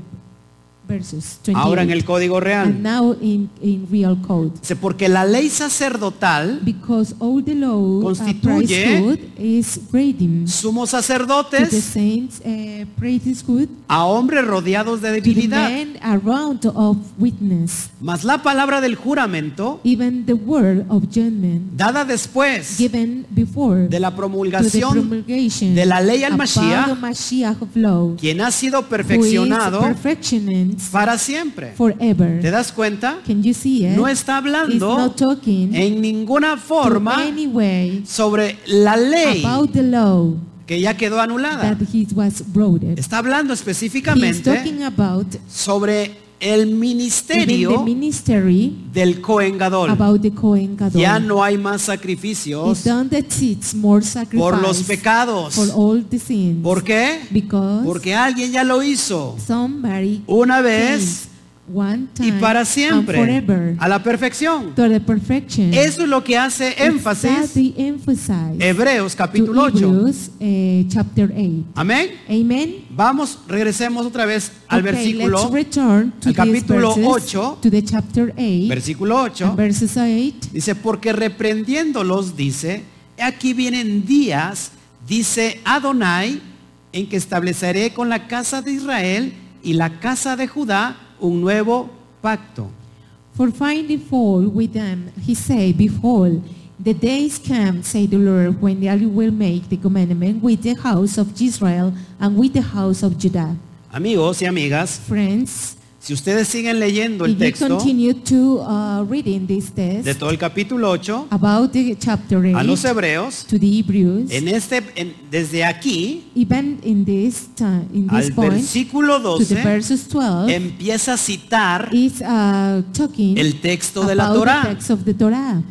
verses 28. Ahora en el código and real. now in, in real code. Dice, porque la ley sacerdotal, Because all the law Constituye- priesthood is reading sumos to the sacerdotes saints uh, priesthood a hombres rodeados de to the debilidad. men around of witness. Mas la palabra del juramento, Even the word of judgment dada después given before de la to the promulgación, promulgation de la ley al about Mashiach, the Mashiach of law quien ha sido who is perfeccionado perfectioned para siempre. forever. ¿Te das cuenta? Can you see it? No está It's hablando not talking en ninguna to forma any way sobre la ley about the law que ya quedó anulada. that he was brought. Está hablando He's específicamente talking about sobre el within the ministerio ministry del Cohen Gadol. about the Kohen Gadol. Ya no hay más He's sacrificios done that it's more sacrifice por los pecados. for all the sins. ¿Por qué? Because Porque alguien ya lo hizo somebody una sins vez one y time para and siempre, forever a la perfección. to the perfection. Eso es lo que hace That's énfasis the emphasis Hebreos capítulo to 8. Hebrews, eh, chapter 8. Amén. Amen. Vamos, regresemos otra vez al Okay, versículo, let's return to al these capítulo verses, 8, to the chapter 8, versículo 8. and verses 8. Dice, porque reprendiéndolos, dice, "He aquí vienen días, dice Adonai, en que estableceré con la casa de Israel y la casa de Judá un nuevo pacto. For finding fault with them, he said, Behold, The days come, say the Lord, when I will make the commandment with the house of Israel and with the house of Judah. Amigos y amigas, Friends, si ustedes siguen leyendo el if you texto continue to uh, reading this de text todo el capítulo 8 about the chapter a los 8 hebreos, to the Hebrews, en este, en- desde aquí even in this time, in al this point, versículo to the 12, verses 12, empieza a citar is uh, talking el texto de la about the Torá, text of the Torah.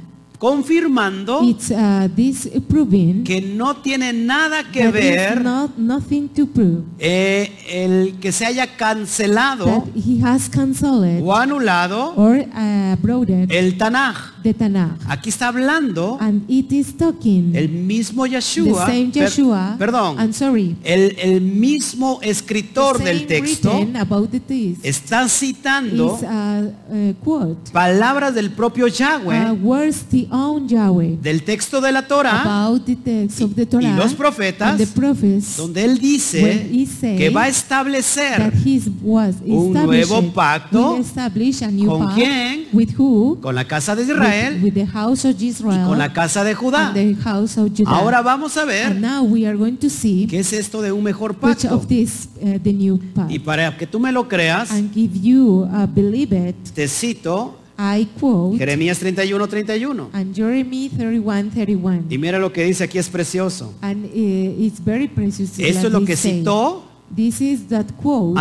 confirmando It's uh, this proving que no tiene nada que that it's ver not nothing to prove eh, el que se haya that cancelado he has cancelled o anulado or uh, broadened el Tanaj. the Tanakh, Aquí está hablando and it is talking Oh. el mismo the Yeshua, same per- Yeshua. I'm perdón, sorry. el, el mismo The escritor del same texto written about the text está citando is a, uh, quote palabras del propio uh, Yahweh words the own Yahweh del texto de la Torah, about the text of the Torah y los profetas, and the prophets donde él dice when he says que va a that establecer he was un established nuevo pacto he established a new ¿con pact quién? with who con la casa de with, Israel with the house of y Israel con la casa de Judá. and the house of Judah Ahora vamos a and ver now we are going to see qué es esto de un mejor which pacto. of these uh, the new pact Y para que tú me lo creas, and if you uh, believe it te cito I quote Jeremías 31, 31. and Jeremy 31 31 Y mira lo que dice aquí, es precioso. and uh, it's very precious to Esto let es lo me que say. citó this is that quote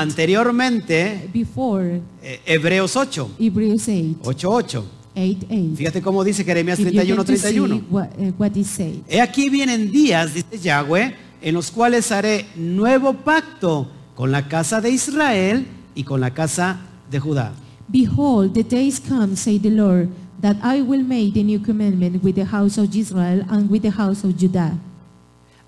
anteriormente before eh, Hebreos 8, Hebrews 8 8, 8. 8 8 Fíjate cómo dice Jeremías If you get 31, to see 31. What, uh, what he said. He aquí vienen días, dice Yahweh, en los cuales haré nuevo pacto con la casa de Israel y con la casa de Judá. Behold, the days come, say the Lord, that I will make the new commandment with the house of Israel and with the house of Judah.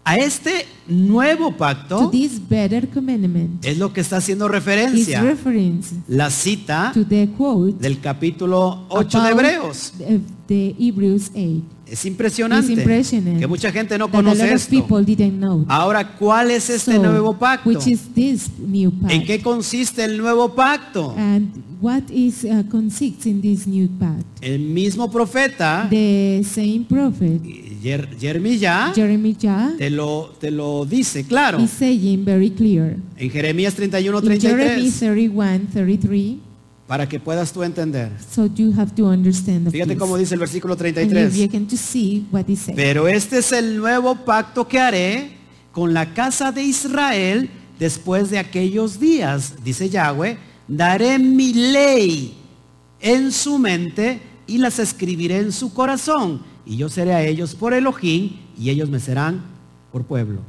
A este nuevo pacto To this better commandment es lo que está haciendo is referencia reference la cita to the quote del capítulo 8 de about Hebreos. the- the Hebrews 8 Es impresionante impressionante que mucha gente no that a lot conoce of esto. people didn't know. Ahora, ¿cuál es este So, nuevo pacto? Which is this new ¿En pact? qué consiste el nuevo pacto? And what is uh, consists in this new pact? El mismo profeta, The same prophet Jer- Jeremías, Jeremiah te lo, te lo dice, claro. is saying very clear En Jeremías in Jeremy 31:33, 31 33 para que puedas tú entender. so you have to understand of Fíjate this. cómo dice el versículo and if you 33. can to see what he said Pero este es el nuevo pacto que haré con la casa de Israel después de aquellos días, dice Yahweh. Daré mi ley en su mente y las escribiré en su corazón. Y yo seré a ellos por Elohim y ellos me serán por pueblo.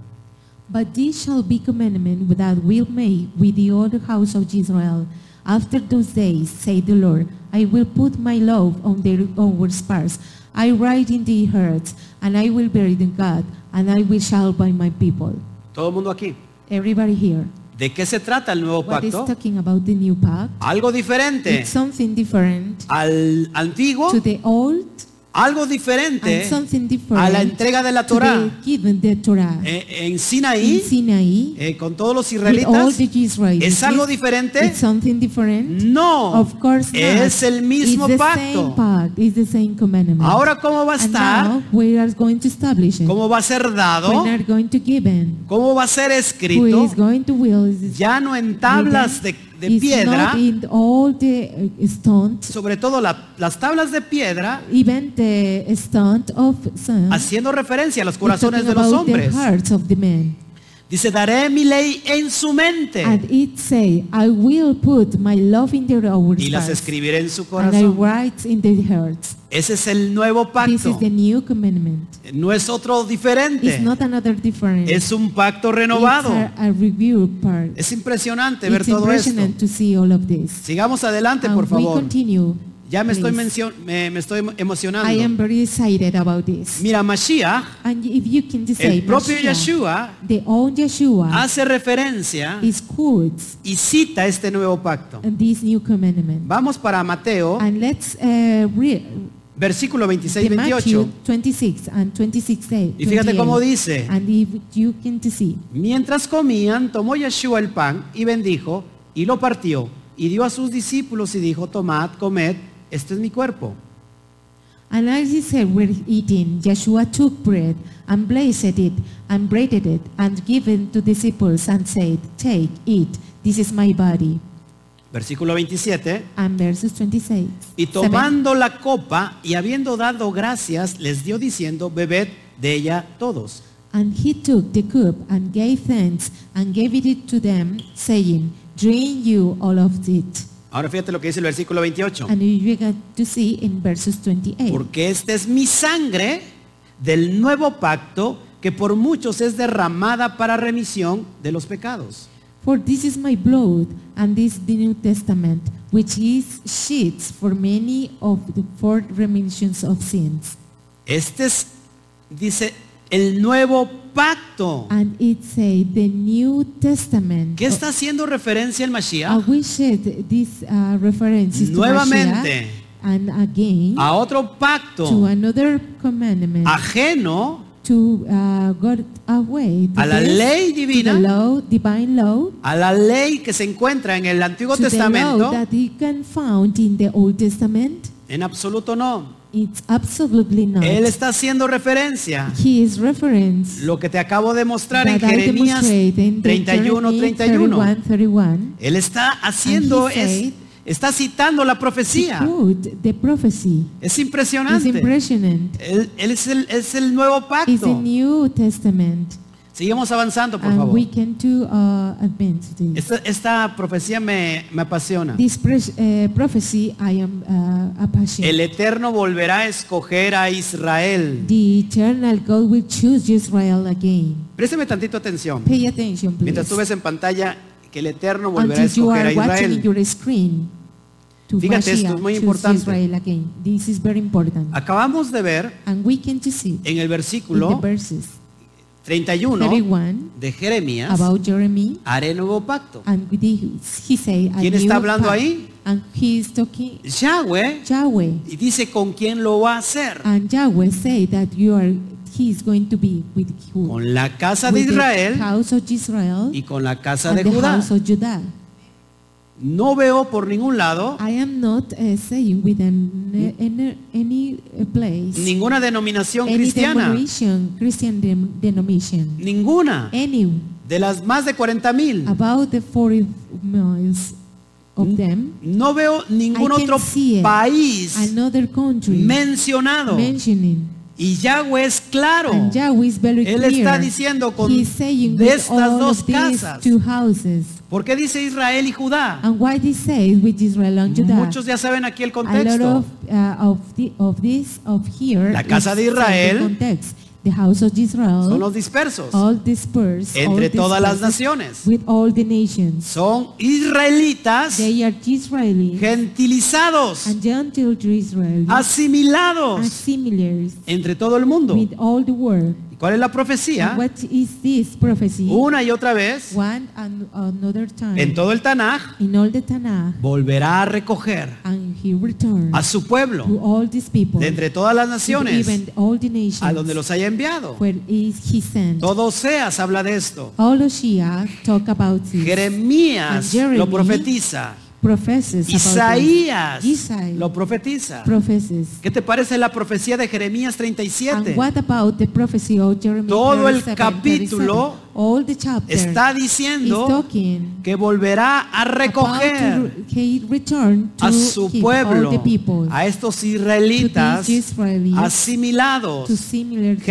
but this shall be commandment that will make with the old house of Israel after those days say the Lord I will put my love on their onward spars I write in their hearts and I will bury them God and I will shout by my people Todo el mundo aquí. everybody here ¿De qué se trata el nuevo what is pacto? talking about the new pact Algo diferente it's something different al antiguo, to the old algo and diferente something different a la entrega de la to Torá. the given the Torah Eh, en in Sinaí, Sinai eh, con todos los with all israelitas, the Israelites ¿es algo diferente? it's something different No, of course not es el mismo it's the same pacto. pact it's the same commandment Ahora, ¿cómo va a and estar? now we are going to establish it ¿Cómo va a ser dado? we are going to given ¿Cómo va a ser who escrito? is going to will is Ya no en tablas de, de it's piedra, not in all the uh, stones sobre todo la- las tablas de piedra, even the stone of sun haciendo referencia a los it's talking corazones de los about hombres. the hearts of the men Dice, daré mi ley en su mente And it say, I will put my love in their own y las hearts, escribiré en su and I corazón. write in their hearts. Ese es el nuevo This is pacto. the new commandment. No es otro It's diferente. not another difference. Es un pacto It's renovado. a, a review part. Es impresionante ver it's todo esto. impressionant to see all of this. Sigamos adelante, And por we favor. continue. Ya me estoy, please. mencio- me, me estoy I am emocionando. very excited about this. Mira, Mashiach, And if you can just say, el propio Mashiach, Yeshua, the old Yeshua hace referencia is quotes y cita este nuevo pacto. and this new commandment. Vamos para Mateo, And let's uh, read. versículo de 26, Matthew 28. 26 and 26 day, Y fíjate 28. cómo dice. And if you can see. Mientras comían, tomó Yeshua el pan y bendijo y lo partió y dio a sus discípulos y dijo, tomad, comed, este es mi cuerpo. And as he said, we're eating, Yeshua took bread and blessed it and braided it and given to disciples and said, Take, eat, this is my body. Versículo 27. And verses 26. Y seven. tomando la copa y habiendo dado gracias, les dio diciendo, bebed de ella todos. And he took the cup and gave thanks and gave it to them, saying, Drink you all of it. Ahora fíjate lo que dice el versículo 28. And you get to see in verses 28. Porque esta es mi sangre del nuevo pacto que por muchos es derramada para remisión de los pecados. For this is my blood, and this the New Testament, which is sheets for many of the four remissions of sins. Este es, dice, el nuevo pacto. And it say the New Testament. ¿Qué está haciendo referencia el I Mashiach? wish it, this uh, references to Nuevamente. Ah, Mashiach, and again A otro to pacto another commandment Ah. ajeno to uh, God away to A la this, ley to divina. the law, divine law, a la ley que se encuentra en el Antiguo to the law Testamento. that you can found in the Old Testament. En absoluto no. It's absolutely not. Él está haciendo referencia. He is referenced Lo que te acabo de mostrar en that I Jeremías demonstrate in the 31, Jeremiah 31. 31, 31. Él está haciendo, And he es, said- está citando la He profecía. quote the prophecy. Es It's impresionante. impressionant. Él, él es, el, es el nuevo It's the pacto. New Testament. Sigamos avanzando, Ah, por And favor. we can do uh, advance this. Esta, esta profecía me, me apasiona. This pres- uh, prophecy I am uh, El passion. Eterno volverá a escoger a Israel. The eternal God will choose Israel again. Présteme tantito atención. Pay attention, Mientras tú ves please. en pantalla que el Eterno volverá a Until you escoger a are watching Israel. your screen. To Fíjate, esto es Mashiach muy choose importante. Israel again. This is very important. Acabamos de ver And we can just see en el in the versículo verses 31 31 de Jeremías, about Ah. Jeremy haré nuevo pacto. and he, he say a ¿Quién new está hablando pact. ahí? And he is talking Yahweh Yahweh. Ah. y dice con quién lo va a hacer. And Yahweh say that you are he is going to be with who? Con la casa de With the Israel house of Israel y con la casa and de the Judá. house of Judah. No veo por ningún lado I am not uh, saying with an, eh, any, any uh, place, ninguna denominación any cristiana, denomination, Eh. Christian dem- denomination, ninguna any de las más de 40 mil. about the 40 miles of them. No veo ningún I can otro see it. país another country mencionado. mentioning Y Yahweh es claro. and Yahweh is very Él clear. está diciendo con- He's saying de with estas all dos of these casas. two houses. ¿Por qué dice Israel y Judá? And why he says with Israel and Judah? Muchos ya saben aquí el a lot contexto. of, uh, of, the, of this of here La casa is de in the Israel context. The house of Israel Son los dispersos. all dispersed all Entre todas las dispersed naciones. with all the nations Son israelitas they are Israelis gentilizados, and Gentile Ah, Israelis are asimilados similar entre todo el mundo. with all the world ¿Y cuál es la profecía? And what is this prophecy? Una y otra vez, One and another time. en todo el Tanaj, in all the Tanakh, volverá a recoger and he returned a su pueblo to all these people, de entre todas las to naciones even all the nations, a donde los haya enviado. where is he sent. Todo Oseas habla de esto. All of Shia talk about this, Jeremías And Jeremy lo profetiza. professes about this, Isaías Isai- lo profetiza. professes. ¿Qué te parece la profecía de Jeremías 37? And what about the prophecy of Jeremiah Todo el 37, capítulo 37? all the chapter Está is diciendo talking que volverá a About recoger to- he returned to a su his- all the pueblo, people, a estos israelitas to these Israelis, to asimilados, similar to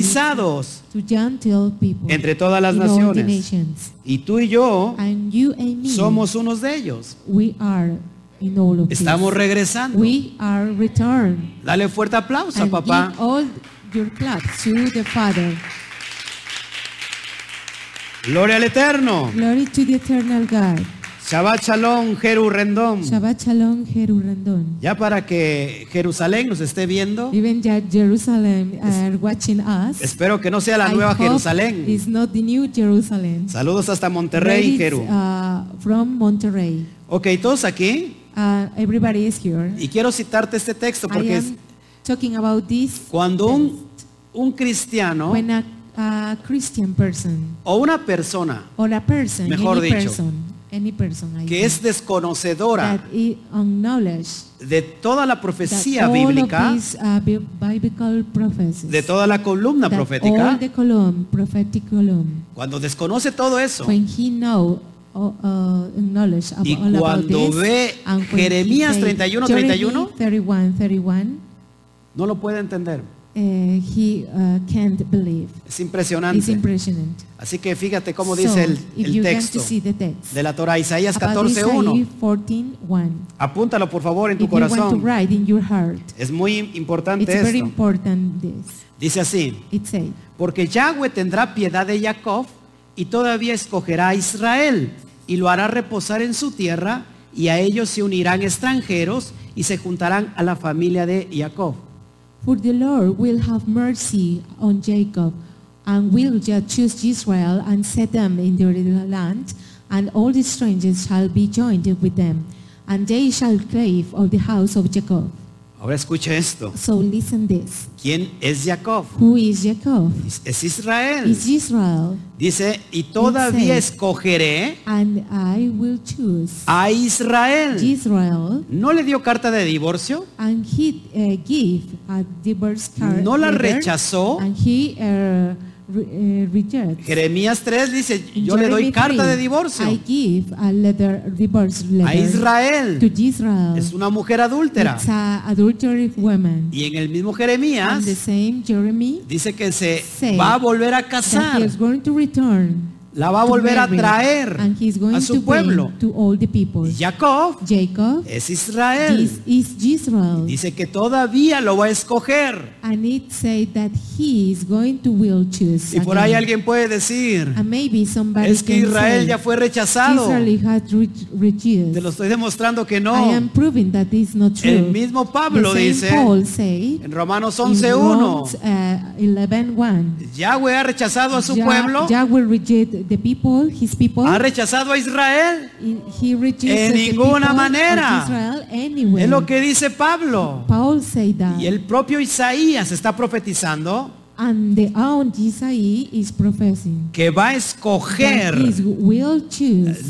gentilizados Israelis, to gentile people, entre todas las in all the naciones. nations. Y tú y yo And you and me, somos unos de ellos. we are in all of this. Estamos regresando. We are returned. Dale fuerte aplauso a and papá. give all your claps to the Father. Gloria al Eterno. Glory to the eternal God. Shabbat Shalom, Jeru Rendón. Shabbat shalom, Jeru Randon. Ya para que Jerusalén nos esté viendo, Even that Jerusalem are watching us. espero que no sea la I nueva hope Jerusalén. It's not the new Jerusalem. Saludos hasta But Monterrey, it's, Jeru. uh, from Monterrey. Ok, todos aquí. Uh, everybody is here. Y quiero citarte este texto I porque es am talking about this cuando un, un cristiano when a, a Christian person o una persona or a person, Mejor any dicho, person, any person, I que es think, desconocedora that is on knowledge, de toda la profecía that all of bíblica, these uh, bi- biblical prophecies, de toda la columna that all profética, the column, prophetic column, cuando desconoce todo eso when he know uh, uh, knowledge of Y all about cuando this, ve and when he Jeremías say 31, Jeremías 31, 31, no lo puede entender. uh, he uh, can't believe. Es It's impresionante. impressionant. Así que fíjate cómo So, dice el, if el you want texto to see the text, de la Torah, Isaías about Isaiah 14.1. 14:1. Apúntalo por favor en If tu you want to corazón. write in your heart, Es muy it's importante esto. very important this. Dice así, It says, porque Yahweh tendrá piedad de Jacob y todavía escogerá a Israel y lo hará reposar en su tierra y a ellos se unirán extranjeros y se juntarán a la familia de Jacob. For the Lord will have mercy on Jacob, and will just choose Israel and set them in their land, and all the strangers shall be joined with them, and they shall crave of the house of Jacob. Ahora escucha esto. So listen this. ¿Quién es Jacob? Who is Jacob? Es- Es Israel. Is Israel, Dice, y todavía It's- escogeré and I will choose a Israel. Israel. ¿No le dio carta de divorcio? And he uh, gave a divorce card. No la letter, rechazó. And he uh, re- uh, rejected. Jeremías 3 dice, In yo le doy Jeremy carta de 3, I divorcio give a letter, divorce letter a to Israel. Israel. Es una mujer adúltera. It's a adultery woman. Y en el mismo And Jeremías the same Jeremy dice que se say va a volver a that he casar, is going to return. la va a to volver a Mary, traer and he is going a to su bring pueblo. to all the people. Y Jacob Jacob, es this Israel. is Israel. Dice que todavía lo va a escoger. And it said that he is going to will choose. Y por ahí again. alguien puede decir, And maybe somebody es que can Israel say, ya fue rechazado. Israel had re- rejected. Te lo estoy demostrando que I am no. proving that is not true. El mismo Pablo the dice same Paul say en Romanos in Romans, 11.1, uh, 11:1, Yahweh ha rechazado a su Jah- pueblo, Jah will reject the people, his people. ha rechazado a Israel. He- He rejects En the ninguna people manera. of Israel anyway. Es lo que dice Pablo. Paul say that. Y el propio Isaías está profetizando And the own Isaiah is professing. que va a that escoger is will choose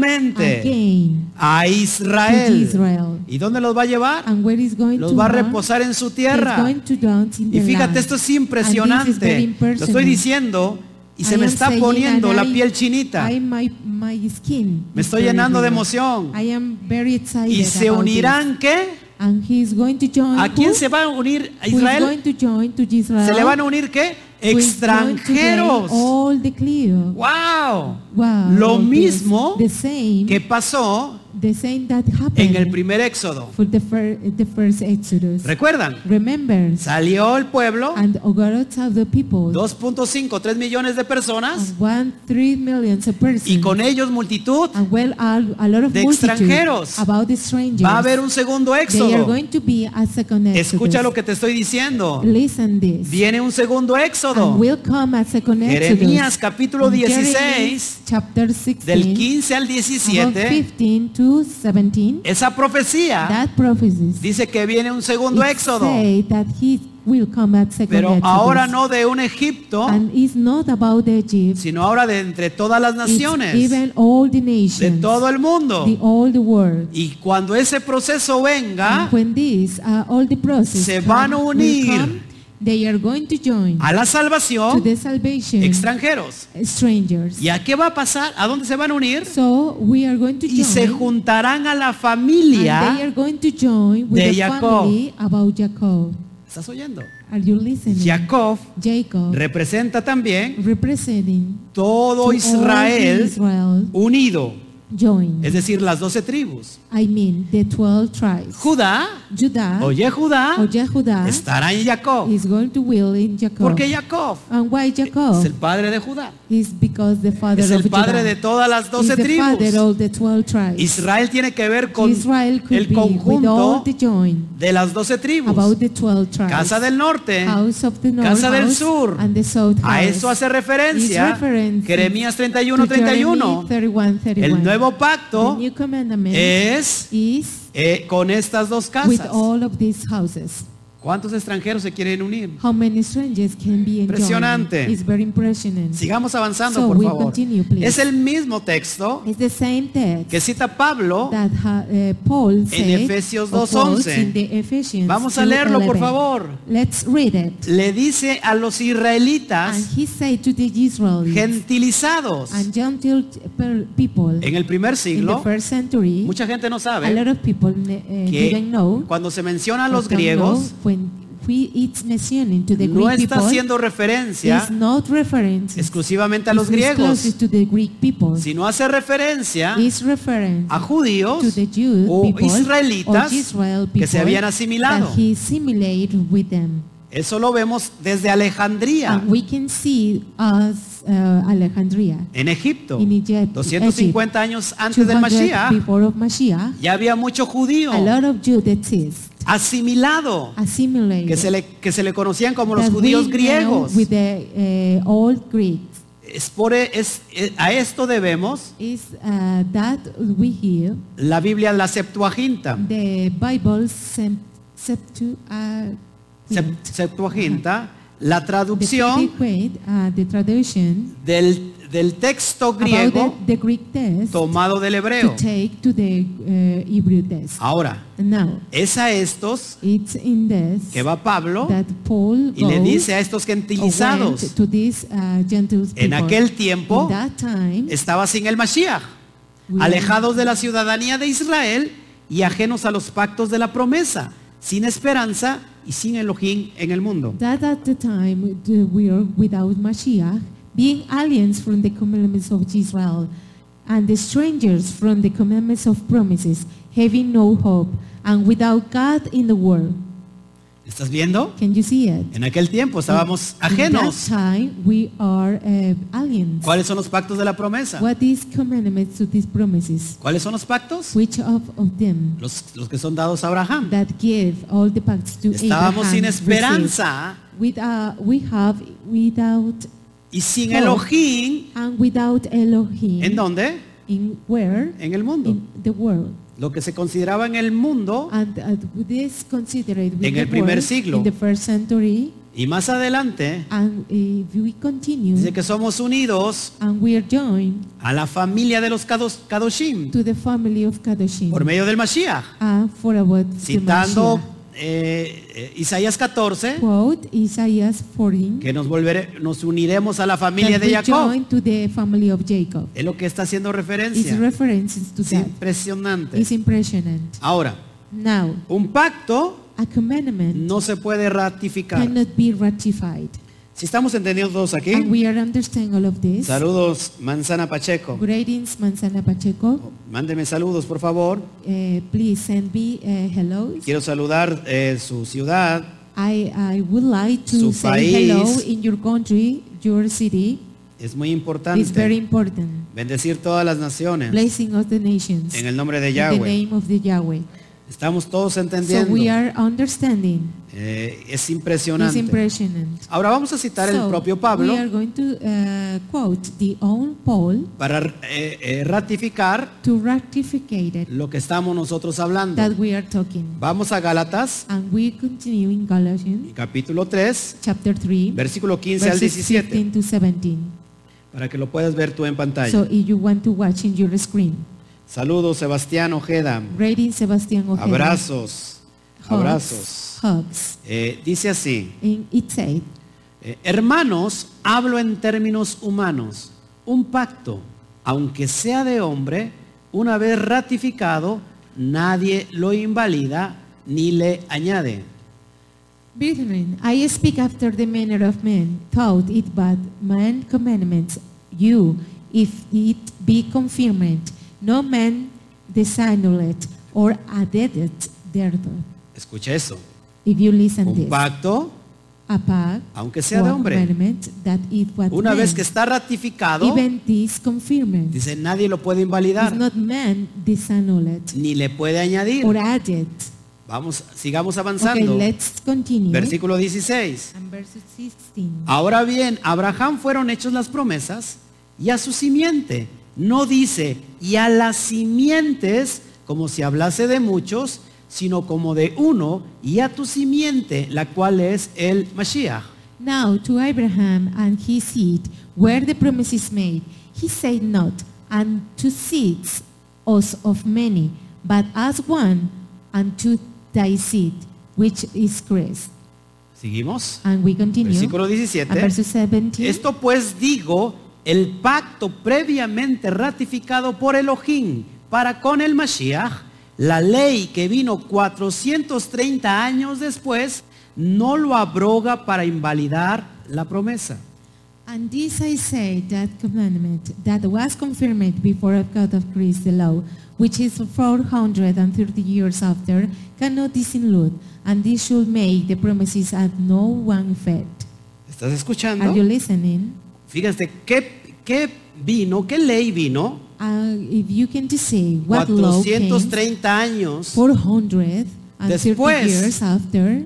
nuevamente again a to Israel. Israel. ¿Y dónde los va a llevar? And where is going Los to va a run? reposar en su He's tierra. going to dance in Y the land. fíjate, esto es And this is very impresionante. Lo estoy impersonal. diciendo y se I me am está saying poniendo that la I- piel chinita. I- my- my skin Me is estoy very llenando de red. emoción. I am very excited Y se about unirán, ¿qué? this. And he is going to join ¿A who? quién se va a unir a Who is Israel? going to join to Israel? ¿Se le van a unir qué? Who is Ah. going to join Extranjeros. all the clear. ¡Wow! Wow, Lo yes. mismo the same, ¿Qué pasó the same that happened en el primer éxodo? for the, fir- the first Exodus. ¿Recuerdan? Remember, Salió el pueblo, and Ogorots of the people, 2.5, 3 millones de personas, and one three millions of persons. y con ellos multitud. And well, a, a lot of De multitude extranjeros. about the strangers. Va a haber un segundo They are éxodo. going to be a second exodus. Escucha lo que te estoy diciendo. Listen this. Viene un segundo éxodo. And will come a second Jeremías exodus. capítulo And 16, Jeremías chapter 16, del 15 al about 17, 15 to 17, esa profecía that prophecies dice que viene un segundo it éxodo, say that he will come at second pero exodus. ahora no de un Egipto, And it's not about Egypt. sino ahora de entre todas las It's naciones, even all the nations. de todo el mundo. The all the world. Y cuando ese proceso venga And when these uh, all the process Ah? Se come- van a will unir. come, they are going to join a la to salvación, the salvation uh, extranjeros. strangers. ¿Y a qué va a pasar? ¿A dónde se van a unir? So we are going to join Y se juntarán a la and they familia. are going to join with de the Jacob. family about Jacob. ¿Estás oyendo? Are you listening? Jacob Jacob representa también representing Oh. to todo all Israel Israel unido, join. es decir, las doce tribus. I mean the 12 tribes. Judá, Judah oye Judá, or Yehuda estará en Jacob. Oh, is going to will in Jacob. Oh. Porque Jacob and why Jacob? es el padre de Judá, is because the father es el of padre Judah de todas las is doce the father tribus. of the 12 tribes. Israel tiene que ver con Israel could el be with all conjunto the join de las doce tribus. about the 12 tribes. Casa del norte, house of the north Casa del house Sur. and the south a house. eso hace referencia Is referencing Jeremías To 31, Jeremy 31. 31, 31. El nuevo the pacto new commandment es is eh, con estas dos with casas. all of these houses. ¿Cuántos extranjeros se quieren unir? How many strangers can be enjoying? Impresionante. It's very impressionant. Sigamos avanzando, So por we favor. continue, please. es el mismo texto It's the same text que cita Pablo. that ha- eh, Paul said. Efesios or Paul 2:11. in the Ephesians Vamos a leerlo, por 2:11. favor. Let's read it. Le dice a los And israelitas he said to the Israelites gentilizados. and Gentile per- people En el primer in the siglo, first century, mucha gente no a sabe lot of people eh, que didn't know. cuando se menciona a los don't griegos, know when we, it's mentioned to the no Greek está people, haciendo referencia is not reference exclusivamente a los is exclusive griegos, to the Greek people. sino hace referencia is reference a judíos to the Jew o people israelitas or Israel people que se habían asimilado. that he assimilated with them. Eso lo vemos desde Alejandría, And we can see us uh, Alejandría en Egipto, in Egypt, 250 años antes del 200 Mashiach, before of Mashiach, ya había mucho judío a lot of Jews that is asimilado, assimilated que se le, que se le conocían como los that we judíos know griegos. with the uh, old Greeks Es por, es, eh, a esto debemos is uh, that we hear la Biblia, la Septuaginta. the Bible sem- septu uh, Sep- Septuaginta, Uh-huh. la the traducción Septuagint, uh, the traduction del, del texto griego about the, the Greek text tomado del to hebreo. take to the uh, Hebrew text. Ahora, Now, es a estos it's in this que va Pablo that Paul y le goes dice a estos or went gentilizados, to these uh, Gentiles en people. aquel tiempo In that time, estaba sin el Mashiach, We- alejados de la ciudadanía de Israel y ajenos a los pactos de la promesa, sin esperanza y sin Elohim en el mundo. that at the time the- we are without Mashiach, being aliens from the commandments of Israel, and the strangers from the commandments of promises, having no hope, and without God in the world. ¿Estás viendo? Can you see it? En aquel tiempo estábamos In that ajenos. time, we are uh, aliens. ¿Cuáles son los pactos de la promesa? What is commandments to these promises? ¿Cuáles son los pactos? Which of, of them Los, los que son dados a Abraham. that give all the pacts to Estábamos Abraham sin received? esperanza With, uh, we have without y sin Four. Elohim. and without Elohim. ¿En dónde? In where? En el mundo. In the world. Lo que se consideraba en el mundo And uh, this considered with En the el primer world, siglo. in the first century. y más adelante And if we continue, dice que somos unidos and we are joined a la familia de los Kados- Kadoshim to the family of Kadoshim. por medio del Mashiach. Uh, for about the Citando Mashiach. eh, eh, Isaías 14, Quote Isaiah 14. que nos, volvere- nos uniremos a la familia that de we Jacob. join to the family of Jacob. Es lo que está haciendo It's referencia. references to Es that. impresionante. It's impressionant. Ahora, Now, un pacto a commandment no se puede ratificar. cannot be ratified. Si estamos entendidos todos And aquí, we are understanding all of this. saludos Manzana Pacheco. Greetings, Manzana Oh. Pacheco. Mándeme saludos, por favor. Eh, please send me eh, hello. Quiero saludar eh, su ciudad, I, I would like to Su say país. hello in your country, your city. es muy It's importante. very important. Bendecir todas las naciones Blessing of the nations. en el nombre de In the Yahweh. name of the Yahweh. Estamos todos So entendiendo. we are understanding. Eh, es It's impresionante. impressionant. Ahora vamos a citar el So, propio We are Pablo going to uh, quote the own Paul para eh, eh, ratificar to rectificate it lo que estamos nosotros hablando. that we are talking. Vamos a Gálatas, And we continue in Galatians capítulo 3, chapter 3, versículo 15 al verses 17. 15 to 17. para que lo puedas ver tú en pantalla. So if you want to watch in your screen. Saludos, Sebastián Ojeda. Rating Sebastián Ojeda. Abrazos, Hugs, abrazos. Hugs. Eh, dice así, And it said, eh, hermanos, hablo en términos humanos. Un pacto, aunque sea de hombre, una vez ratificado, nadie lo invalida ni le añade. Brethren, I speak after the manner of men, thought it but man commandments you, if it be confirmed, no man designed it or added it thereto. Escucha eso. If you listen Un this, pacto, a pact aunque sea de or hombre, commandment that it was una man, vez que está ratificado, even this confirmed, dice nadie lo puede is invalidar not man designed it ni le puede añadir. or added. Vamos, sigamos Okay, avanzando. let's continue. Versículo 16. And verse 16. Ahora bien, a Abraham fueron hechas las promesas y a su simiente. No dice, y a las simientes, como si hablase de muchos, sino como de uno y a tu simiente, la cual es el Mashiach. Now to Abraham and his seed were the promises made. He said not, and to seeds us of many, but as one, and to thy seed, which is Christ. Seguimos. And we continue. Versículo And 17. verse 17. Esto pues digo, el pacto previamente ratificado por Elohim para con el Mashiach, la ley que vino 430 años después, no lo abroga para invalidar la promesa. And this I say, that commandment that was confirmed before of God of Christ the law, which is 430 years after, cannot disillude, and this should make the promises of no one effect. ¿Estás Are you escuchando? listening? Fíjate, ¿qué, qué vino, qué ley vino? Uh, if you can say what law came 430 años. 430 Después. years after,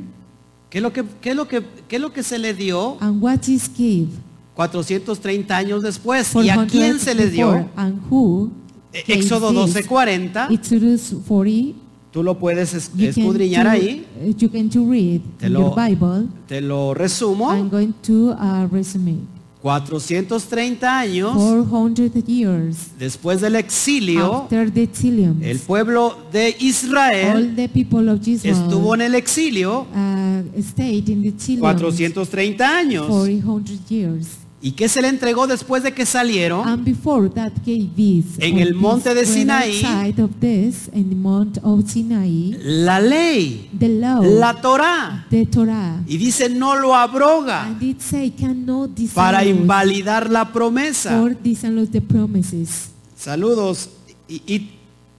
¿Qué es lo que, qué es lo que, qué es lo que se le dio and what is gave 430 años después? ¿Y a 400 quién se le dio? before, and who Eh, gave Éxodo this? 12:40. Exodus 40 Tú lo puedes es- You can escudriñar to- ahí. uh, You can to read Te in lo- your Bible. Te lo I'm resumo. going to uh, resume. 430 años 400 years después del exilio, after the exilium, el pueblo de all Israel the people of estuvo en Israel el exilio uh, stayed in the exilium 430 años. 400 years. ¿Y qué se le entregó después de que salieron? And before that gave this, En all el monte de this went Sinaí. outside of this, in the mount of Sinai, La ley, the law, la Torá. the Torah, Y dice, no lo abroga and it say cannot para disallow invalidar la promesa. or disallow the promises. Saludos. I- I-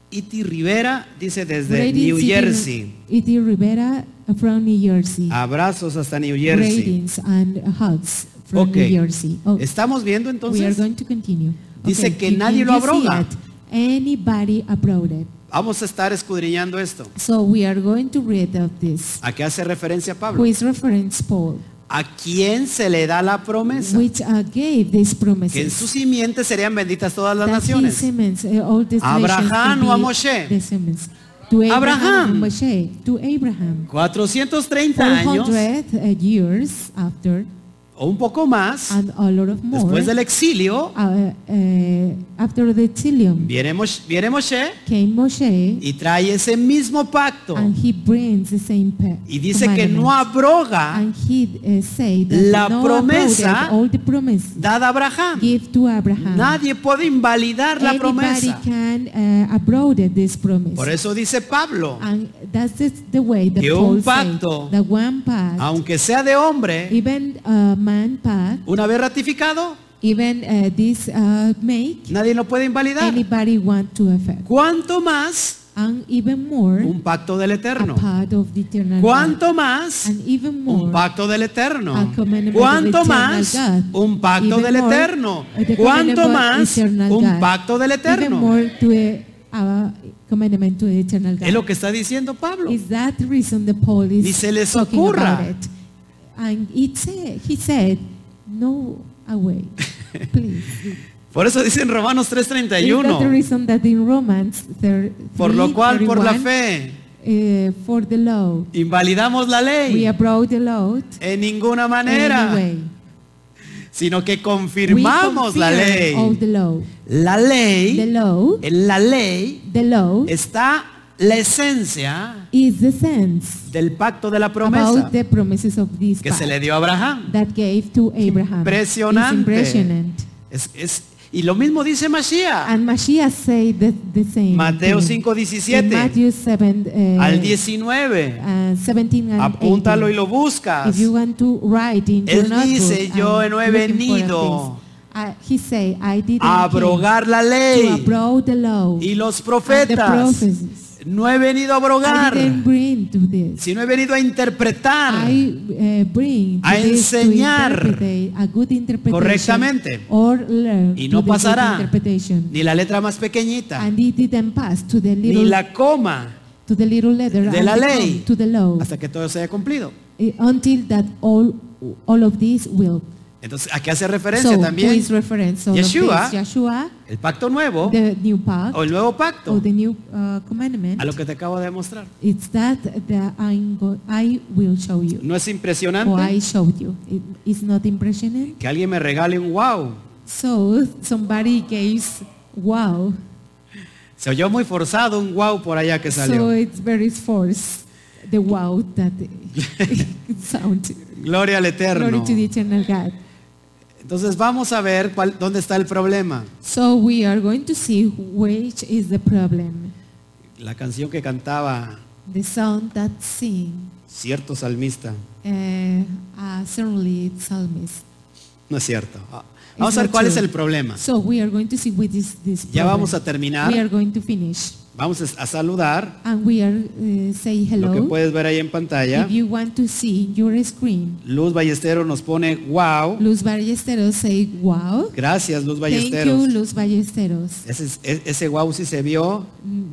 Iti Rivera dice desde Greetings, New Iti- Jersey. Iti Rivera from New Jersey. Abrazos hasta New Jersey. Greetings and hugs from Ok. New Jersey. Oh, Estamos viendo we are entonces. going to continue. Dice Ok, que you- nadie you lo see abroga. it. Anybody abroad it. Vamos a estar escudriñando esto. So we are going to read of this. ¿A qué hace referencia Who Pablo? is reference Paul, ¿A quién se le da la promesa? which uh, gave these Que en su promises. simiente serían benditas todas las that his naciones. Semens, uh, all these Abraham nations to o a be Moshe? the Semens. To Abraham. Abraham. and Moshe, to Abraham. 430 años 400 uh, years after o un poco más, and a lot of more. después del exilio, Uh, uh, after the Tilium viene Moshe, viene Moshe came Moshe y trae ese mismo pacto. and he brings the same pa- Y dice que no commandments. abroga and he uh, said that la no promesa abrogated all the promise dada a Abraham. give to Abraham Nadie puede invalidar la everybody promesa. can uh, abroad this promise Por eso dice Pablo, and that's just the way that Que Paul un said pacto, the one pact aunque sea de hombre, even a man pact una vez ratificado, even uh, this uh, make nadie lo puede invalidar. anybody want to affect ¿Cuánto más and even more un pacto del a eterno? part of the eternal God. ¿Cuánto más and even un more pacto del eterno? a commandment ¿Cuánto of más eternal God. un pacto Even del more, uh, eterno? the commandment ¿Cuánto of más eternal un God. pacto del Even eterno? more to a, a commandment to eternal God. Es lo que está diciendo Pablo. Is that the reason the Paul is Ni se les talking ocurra. about it? And it said, he said, no away, please. Por eso dice en Romanos Is that the 3:31. reason that in Romans thir- Por lo cual, por la 3:31, fe, eh, for the law, invalidamos la we ley abroad the law en ninguna manera. anyway. sino que We confirmamos la confirm all ley. the law. La The ley, law, en la ley the law está la esencia is the sense del pacto de la promesa about the promises of this que se pact le dio a Abraham. that gave to Abraham. It's Impresionante. impressionant. Es, es- y lo mismo dice Mashiach, And Mashiach said the, the same. Mateo thing. In 5:17 Matthew 7, uh, al 19. uh, 17 and Apúntalo y 18. lo buscas. If you want to write in Él your notebook dice, and "Yo no he looking for venido things." Uh, he say, I didn't A came abrogar la to ley abroad the law y los and the profetas. prophecies. No he venido a I abrogar, didn't bring to this. sino he venido a interpretar. I uh, bring a to this to enseñar interpretate a good interpretation correctamente. or learn Y no to the good pasará. interpretation. ni la letra más pequeñita, and it didn't pass to the ni little la coma, to the little letter de and la the ley. com- to the law hasta que todo se haya cumplido. eh, until that all all of this will Entonces, ¿a qué hace referencia So who también? is reference? So Yeshua. Yeshua, El pacto nuevo the new pact, o el nuevo pacto. or the new uh, commandment. A lo que te acabo de mostrar. It's that that I'm go- I will show you. ¿No es Or impresionante I showed you. It, it's not impressionant. que alguien me regale un wow? So somebody gives wow. Se oyó muy forzado un wow por allá que So salió. it's very forced. The wow that it sound. Gloria al Glory Eterno. to the eternal God. Entonces vamos a ver cuál- dónde está el problema. So we are going to see which is the problem. La canción que cantaba The song that sing cierto salmista. uh, uh, certainly it's psalmist. No es cierto. Ah, It's Vamos a ver not cuál true. es el problema. So we are going to see what is this Ya problem. vamos a terminar. We are going to finish. Vamos a a saludar. And we are uh, say Lo que hello. puedes ver ahí en pantalla. If you want to see in your screen, Luz Ballesteros nos pone wow. Luz Ballesteros say wow. Gracias, Luz Thank you, Ballesteros. Luz Ballesteros. Ese, es- e- ese wow sí se vio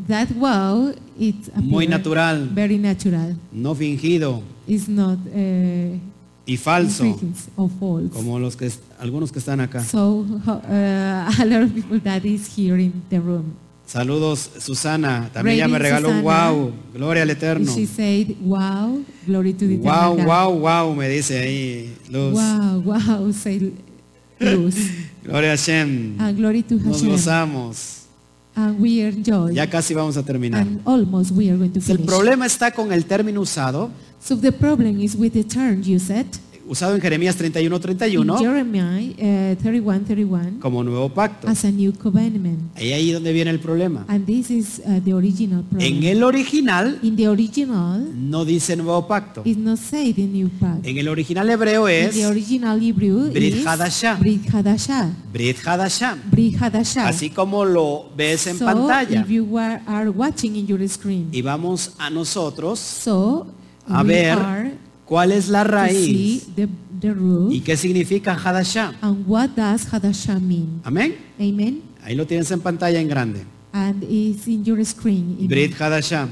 That wow, it's muy natural, Very natural. no fingido It's not uh, y falso, intrigues or false. como los que es- algunos que están acá. So ho- uh, a lot of people that is here in the room. Saludos, Susana. También ya me Rating, regaló un Susana. wow. Gloria al Eterno. She said, "Wow, glory to the Wow, eternal wow, wow, me dice ahí God." Luz. Wow, wow, say Luz, Gloria a Shem. and glory to Nos Hashem, gozamos. and we enjoy, Ya casi vamos a terminar. and almost we are going to El finish. problema está con el término usado, So the problem is with the term you said. usado en Jeremías in 31-31 Jeremiah uh, 31, 31 como nuevo pacto. as a new covenant. Ahí ahí donde viene el problema. And this is uh, the original En problem. el original In the original, no dice nuevo pacto. it's not say the new pact. En el original hebreo In es the original Hebrew Brit is Hadashah. Brit Hadashah. Brit Hadashah. Brit Hadashah. Así como lo ves en so pantalla. if you were, are watching in your screen, Y vamos a nosotros so a we ver are cuál es la to see raíz the, the y root qué significa Hadashah. and what does Hadashah mean. Amén. Amen. Ahí lo tienes en pantalla en grande. And it's in your screen. in Brit Hadashah,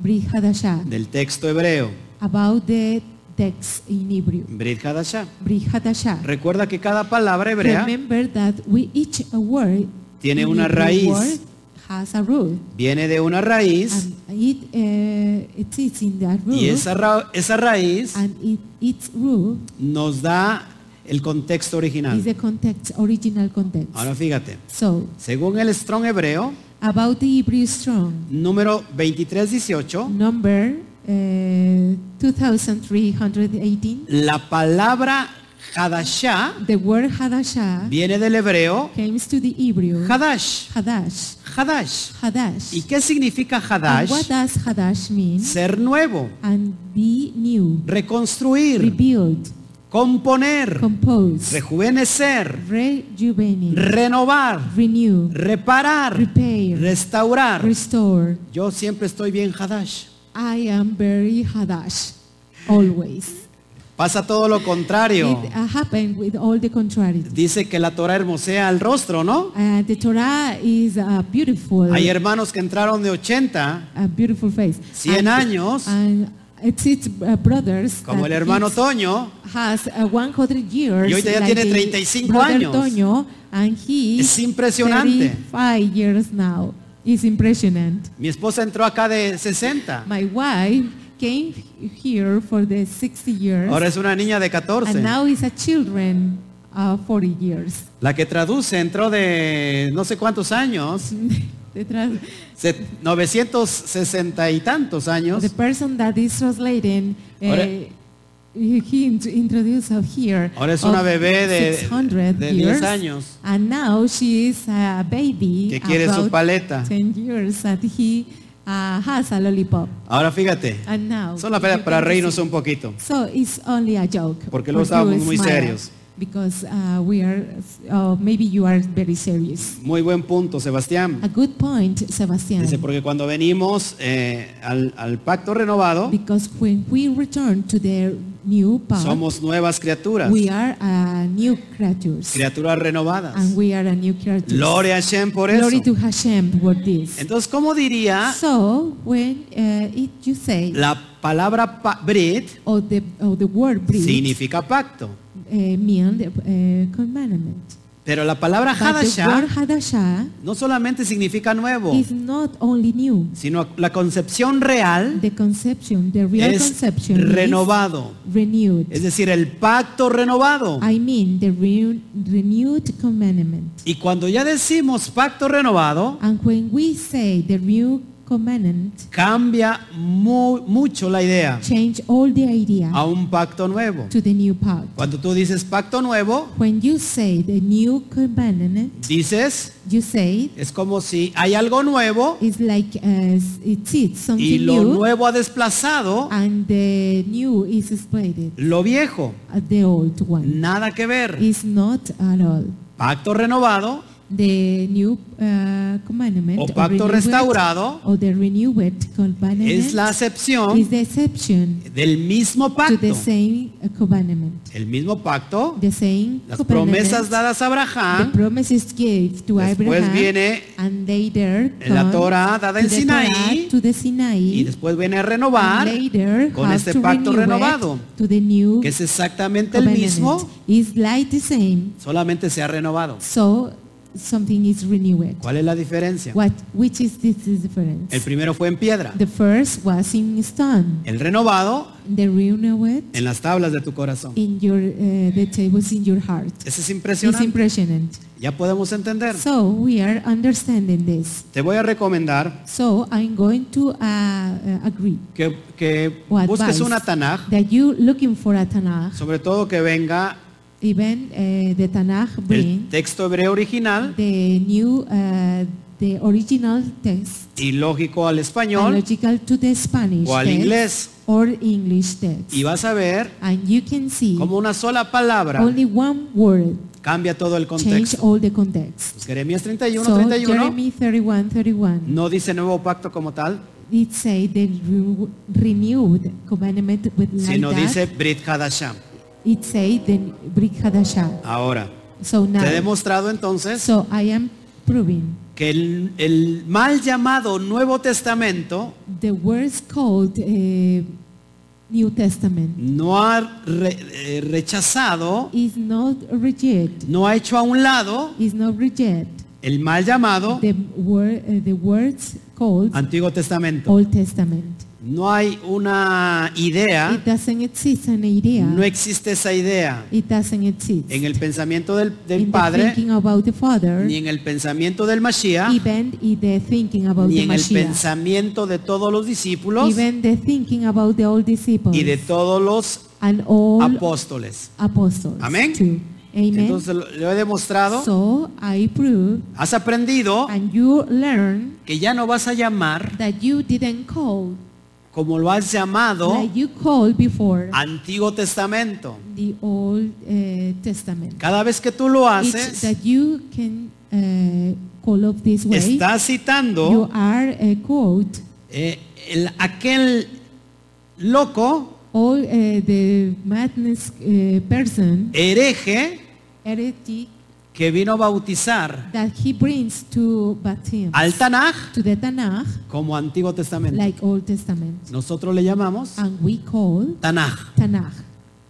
Brit Hadashah. del texto hebreo. about the text in Hebrew. Brit Hadashah. Brihadashah. Recuerda que cada palabra hebrea Remember that we each a word Tiene in una Hebrew raíz. word has a root viene de una raíz and it uh, it is in that root y esa, ra- esa raíz and it its root nos da el contexto is original. the context original context. Ahora fíjate, So según el Strong hebreo, about the Hebrew strong número 2318, number uh, 2318 la palabra Hadashah the word Hadashah viene del hebreo comes to the Hebrew Hadash. Hadash Hadash. Hadash. ¿Y qué significa And what Hadash? does Hadash mean? Ser nuevo, And be new, reconstruir, rebuild, componer, compose, rejuvenecer, rejuvenate, renovar, renew, reparar, repair, restaurar. restore. Yo siempre estoy bien Hadash. I am very Hadash, always. Pasa todo lo contrario. It uh, happened with all the contrary. Dice que la Torah hermosea el rostro, ¿no? Uh, the Torah is a beautiful, Hay hermanos que entraron de 80, a beautiful face. 100 er- años, and it's its uh, brothers como el that hermano it's- Toño, has uh, 100 years. Y ahorita ya tiene the 35 brother años. Toño, and he Es impresionante. 35 years now. It's impressionant. mi esposa entró acá de 60. My wife came here for the 60 years, Ahora es una niña de 14. and now is a children uh, 40 years. La que traduce entró de no sé cuántos años, the, trans- se- 960 y tantos años, the person that is translating, uh, Ahora- he int- introduced her here. Ahora es of una bebé de- 600 de 10 years, años. And now she is a baby. que quiere su about paleta. 10 years that he uh, has a lollipop. Ahora fíjate, And now, son las para, you para can reírnos see. un poquito. So it's only a joke. Porque luego for you estábamos muy smile, serios. Because uh, we are, uh, maybe you are very serious. Muy buen punto, Sebastián. A good point, Sebastián. Dice, porque cuando venimos eh, al, al pacto renovado, Because when we return to the new, but Somos nuevas criaturas, we are a new creatures. criaturas renovadas. And we are a new creatures. Gloria a Hashem por eso. Glory to Hashem for this. Entonces, ¿cómo diría So when uh, it, you say la palabra pa- Brit or the or the word breed significa pacto? uh, mean the uh, commandment, Pero la palabra but the word Hadashah Oh. hadashah no solamente significa nuevo, is not only new. sino la concepción real The conception, the real es conception renovado. is renewed. Es decir, el pacto renovado. I mean the re- renewed commandment. Y cuando ya decimos pacto renovado, And when we say the new commandment, cambia mu- mucho la idea change all the idea a un pacto nuevo. to the new part. Cuando tú dices pacto nuevo, When you say the new covenant, dices, you say es como si hay algo nuevo it's like as it is y something lo new, nuevo ha desplazado and the new is exploited. lo viejo. Uh, The old one Nada que ver. is not at all. Pacto renovado The new uh, commandment o or pacto renewed- restaurado or the renewed covenant es la is acepción the exception del mismo to pacto. the same uh, covenant. El mismo pacto, The same las covenant, promesas dadas a the Abraham promises gave to Ah. Después Abraham, viene and later en la come Torah dada to en the Sinaí, Torah, to the Sinai, y después viene a and renovar, later con have este to pacto renew it renovado, to the new que es exactamente el covenant. mismo, It's like the same, solamente se ha renovado. so something is renewed. ¿Cuál es la diferencia? What, which is this is difference? El primero fue en piedra, The first was in stone, el renovado the renewed en las tablas de tu corazón. in your uh, the tables in your heart. Ese es It's impresionante. impressionant. Ya podemos entender. So we are understanding this. Te voy a recomendar So I'm going to uh, uh, agree que, que O busques advice. una Tanaj, that you looking for a Tanakh, sobre todo que venga even uh, the Tanakh el bring texto hebreo original the new, uh, the original text, y lógico al and español logical to the Spanish o al text inglés. or English text, Y vas a ver and you can see cómo una sola palabra only one word cambia todo el change contexto. all the context. Pues Jeremías 31, so 31 Jeremy 31, 31. no dice nuevo pacto como tal, It say the re- renewed covenant with like sino that. dice Brit Hadashah. It say the brick hadashah. Ahora, So te he now, demostrado entonces so I am proving que el, el mal llamado Nuevo Testamento the words called uh, New Testament no ha re- eh, rechazado, is not reject. no ha hecho a un lado Is not reject. el mal llamado The word, uh, the words called Antiguo Testamento. Old Testament. No hay una idea, It doesn't exist an idea. Ah. no existe esa idea It doesn't exist. en el pensamiento del, del in the Padre, thinking about the Father, ni en el pensamiento del Mashiach, even in the thinking about ni the en el Mashiach. pensamiento de todos los discípulos even the thinking about the old disciples y de todos los and all apóstoles. apostles. Amén. too. Amen. Entonces lo, lo he demostrado, so I prove has aprendido and you learn que ya no vas a llamar that you didn't call como lo has llamado like you called before Antiguo Testamento. the Old uh, Testament. Cada vez que tú lo It's haces, that you can uh, call up this way. estás you citando are a quote eh, el- aquel loco, all uh, the madness uh, person hereje, heretic que vino a bautizar that he brings to baptism al Tanaj to the Tanakh como Antiguo Testamento. like Old Testament. Nosotros le llamamos And we call Tanaj. Tanakh.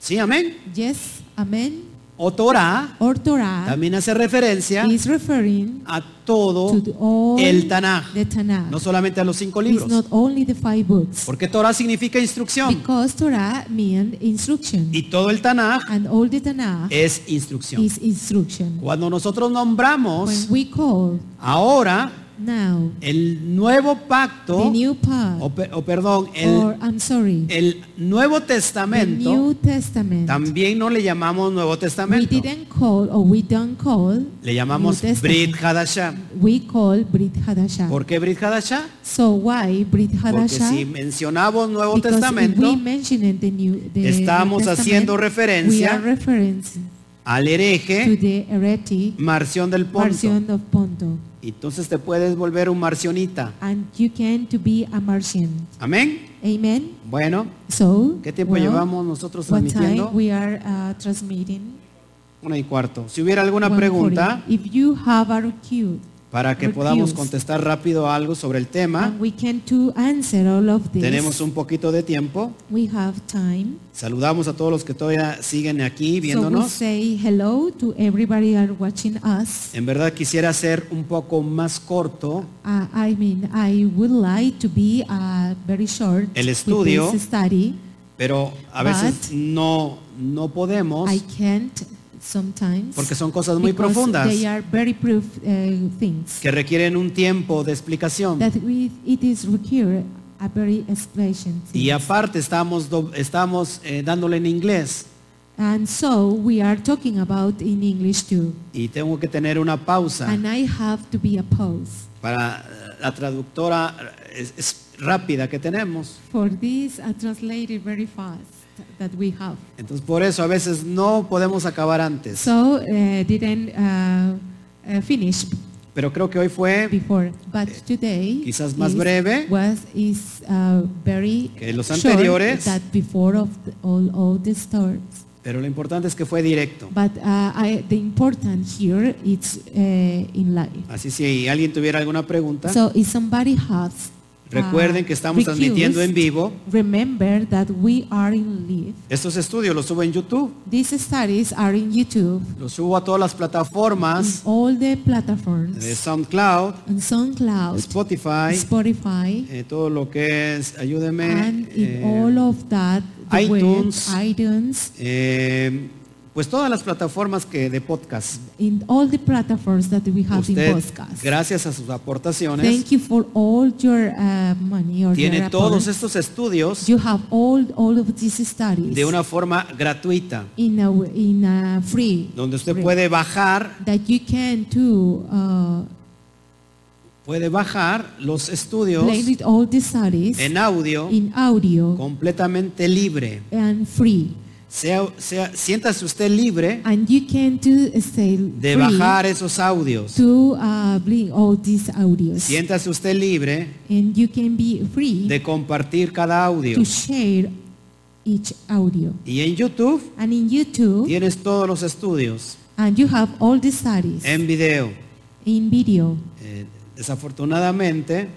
¿Sí? Amén. Yes, Amen, O Torah or Torah también hace referencia is referring a todo to the, all el Tanaj. the Tanakh. No solamente a los cinco it's libros. not only the five books. Porque Torah significa instrucción. Because Torah means instruction. Y todo el Tanaj and all the Tanakh es instrucción. is instruction. Cuando nosotros When nombramos we call ahora now el nuevo the pacto, new part, o, pe- o perdón, or el, I'm sorry, el Nuevo the Testamento, New Testament, también no le llamamos Nuevo we Testamento. didn't call or we don't call, Le llamamos New Testament. Brit Hadashah. we call Brit Hadashah. ¿Por qué Brit Hadashah? So why Brit Porque si Hadashah? mencionamos Nuevo Because if we Testamento, mention it, the new, the Estamos New Testament, haciendo We referencia are referencing al to hereje the heretic Marción del Ponto. version of Ponto, Entonces te puedes volver un marcionita. and you can to be a Martian. Amén. Amen. Bueno, So, ¿qué tiempo well, llevamos nosotros what transmitiendo? time we are uh, transmitting? Una y cuarto. Si hubiera alguna 1:40. pregunta, If you have a cue, para que Recuse. podamos contestar rápido algo sobre el tema, and we can to answer all of this. ¿Ah? tenemos un poquito de tiempo. We have time. Saludamos a todos los que todavía siguen aquí So we viéndonos. say hello to everybody are watching us. En verdad quisiera ser un poco más corto Uh, I mean, I would like to be uh, very short El with estudio- this study. Pero a But- veces no, no podemos I can't sometimes. porque son cosas muy because profundas They are very proof uh, things que requieren un tiempo de explicación. that we, it is required a very explanation. thing. Y aparte estamos, do- estamos eh, dándole en inglés And so we are talking about in English too. y tengo que tener una pausa And I have to be a pause para eh, la traductora eh, es- es rápida que tenemos. for this. I translated very fast that we have. Entonces por eso a veces no podemos acabar antes. So uh, didn't uh, uh, finish Pero creo que hoy fue before, but today Eh, quizás más is- breve. was is uh, very Que los short anteriores. that before of the- all all the stars. Pero lo importante es que fue directo. But uh, I, the important here it's uh, in life. Así si alguien tuviera alguna pregunta, So if somebody has uh, recuerden que estamos transmitiendo en recused, vivo. Remember that we are in live. Estos estudios los subo en YouTube, These studies are in YouTube, los subo a todas las plataformas in all the de platforms, SoundCloud, on SoundCloud, Spotify, Spotify, eh, todo lo que es, ayúdeme, and in eh, all of that, the iTunes. web, iTunes, eh, pues todas las plataformas que de podcast. in all the platforms that we have Usted, in podcast. gracias a sus aportaciones, Thank you for all your uh, money or your tiene todos appointment. estos estudios You have all all of these studies de una forma gratuita, in a in a free donde usted puede bajar, that you can do uh, puede bajar los estudios play with all the studies en audio in audio completamente libre. and free, Sea, sea- siéntase usted libre and you can do stay de free bajar esos audios. to uh, bring all these audios. Siéntase usted libre and you can be free de compartir cada audio. to share each audio. Y en YouTube And in YouTube, tienes todos los estudios and you have all the studies en video. in video. Eh, desafortunadamente,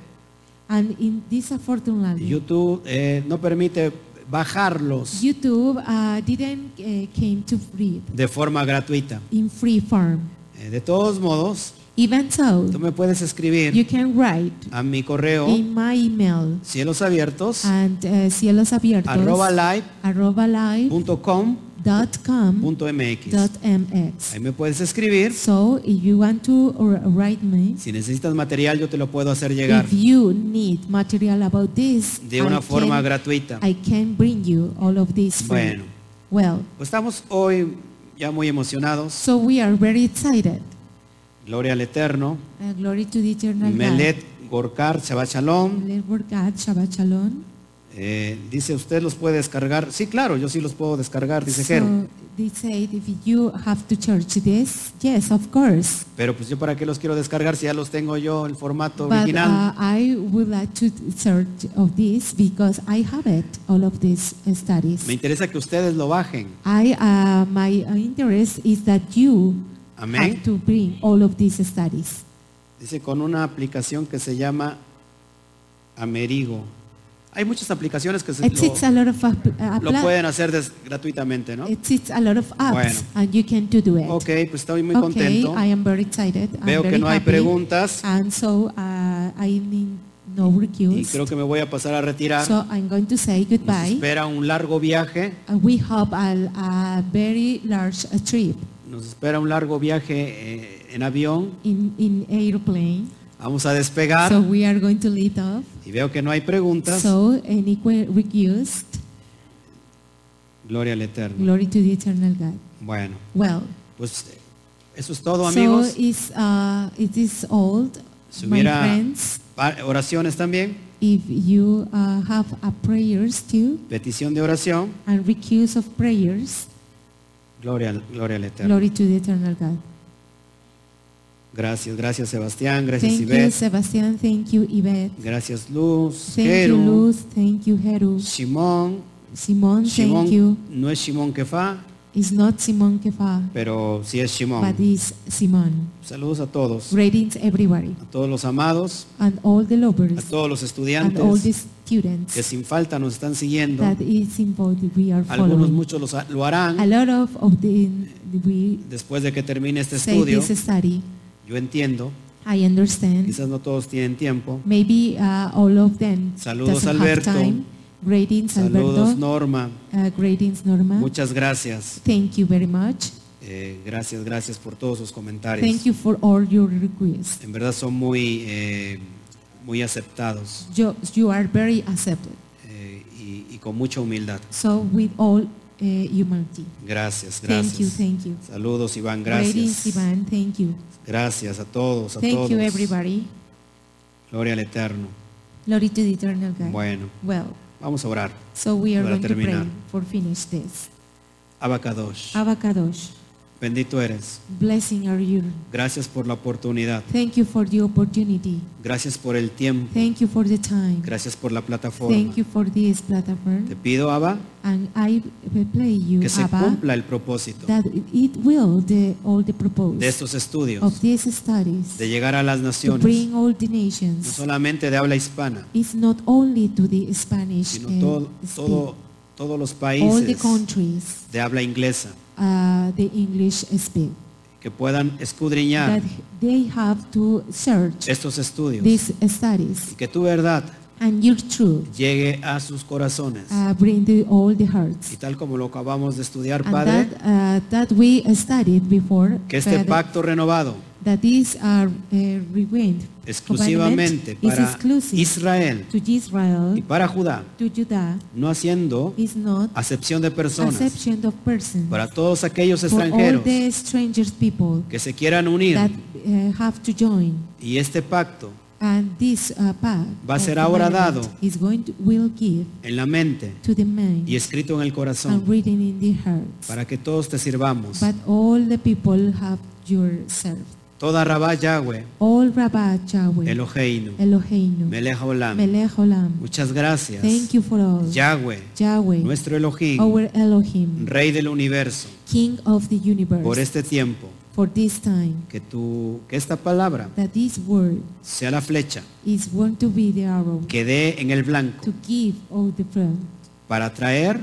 And in this unfortunately, YouTube eh, no permite bajarlos YouTube uh, didn't uh, came to free de forma gratuita. in free form. Eh, de todos modos, Even so, tú me puedes you escribir can write a mi correo in my email cielos abiertos and uh, cielos abiertos arroba live arroba live punto com dot com punto dot mx. Ahí mx. me puedes escribir. So if you want to or write me, Si necesitas material, yo te lo puedo hacer llegar if you need material about this, de una I forma can, gratuita. I can bring you all of this. for you. Bueno. Well, Pues estamos hoy ya muy emocionados. so we are very excited. Gloria al Eterno. Uh, glory to the eternal God. Melet Gorkar Shabbat Shalom. Melet Borgat, Shabbat Shalom. Eh, dice, ¿usted los puede descargar? Sí, claro, yo sí los puedo descargar, dice Jero. So they said if you have to church this, yes, of course. Pero pues yo para qué los quiero descargar si ya los tengo yo en formato But original. uh, I would like to search of this because I have it, all of these uh, studies. Me interesa que ustedes lo bajen. I, uh, my interest is that you Amén. have to bring all of these studies Dice, con una aplicación que se llama Amerigo. Hay muchas aplicaciones que se It takes a lo, lot of app, uh, lo appla- pueden hacer des- gratuitamente, ¿no? it takes a lot of apps, Bueno. and you can to do it. Ok, pues estoy muy Okay, contento. I am very excited. I'm Veo que very no hay happy. preguntas And so uh, I need no y recuse. creo que me voy a pasar a retirar. So I'm going to say Nos goodbye. espera un largo viaje, Uh, we have a, a very large uh, trip nos espera un largo viaje eh, en avión. in, in airplane. Vamos a despegar So we are going to lead off. y veo que no hay preguntas. So any que- request, Gloria al Eterno. glory to the eternal God. Bueno, Well, pues eh, eso es todo, so amigos. is uh, it is old, Si my hubiera friends. pa- Ah, oraciones también, If you uh, have a prayers too petición de oración, and recuse of prayers, gloria, al- gloria al Eterno. glory to the eternal God. Gracias, gracias Sebastián, gracias Thank you, Ivette, Sebastián. Thank you, Yvette. gracias Luz, Thank you, Jero, Luz. Thank you, Heru. Simón, Simón, Simón, thank you. no es Simón Kefa, It's not Simón Kefa, pero sí es Simón. but it's Simón. Saludos a todos, Greetings, everybody, a todos los amados, and all the a lovers, todos los and all the estudiantes que students sin falta nos están siguiendo. that is involved. We are Algunos following. muchos los ha- lo A harán lot of of the we después de que termine este say estudio. this study. Yo entiendo, I understand. quizás no todos tienen tiempo. Maybe uh, all of them Saludos, doesn't Alberto. have time. Greetings, Saludos Alberto. Norma, Uh, greetings, Norma. muchas gracias. Thank you very much. Eh, gracias, gracias por todos sus comentarios. Thank you for all your requests. En verdad son muy, eh, muy aceptados You, you are very accepted. eh, y, y con mucha humildad. So with all uh, humility. Gracias, Thank you, gracias. thank you. Saludos Iván, Greetings, gracias. Ivan. Thank you. Gracias a todos, a Thank you, todos. everybody. Gloria al Eterno. Glory to the eternal God. Bueno, Well, vamos a orar. so we are Para going to pray terminar. for finish this. Abacadosh, Ah. Abacadosh, bendito eres. blessing are you. Gracias por la oportunidad. Thank you for the opportunity. Gracias por el tiempo. Thank you for the time. Gracias por la plataforma. Thank you for this Te platform. pido, Abba, And I play you, que se Abba, cumpla el propósito that it will the, all the de proposed estos estudios, of these studies de llegar a las to naciones, bring all the no nations. solamente de habla hispana, It's not only to the Spanish sino uh, todo, speak, todo- todos los all the países countries de habla inglesa, uh, the English speak. que puedan escudriñar That they have to search estos estudios these y studies que tu verdad and your truth llegue a sus corazones. uh, bring the, all the hearts. Y tal como lo acabamos de estudiar, And Padre, that, uh, that we studied before, que este Father, pacto renovado that is our uh, rewind exclusivamente is para exclusive Israel to Israel, y para Judá, to Judah, no haciendo is not acepción de personas, exception of persons. para todos aquellos for all extranjeros the strangers people que se quieran unir that uh, have to join y este pacto and this uh, pact Va a of ser ahora commandment dado. is going to, will give en la mente to the mind y escrito en el and corazón written in the hearts para que todos te sirvamos. but all the people have yourself Toda Rabá Yahweh, all Rabbah Yahweh Eloheinu, Eloheinu Melech Olam. Melech Olam Muchas gracias. thank you for all Yahweh, Yahweh nuestro Elohim, our Elohim Rey del universo, King of the universe por este tiempo, for this time que tu que esta palabra that this word sea la flecha is going to be the arrow que dé en el blanco to give all the fruit para traer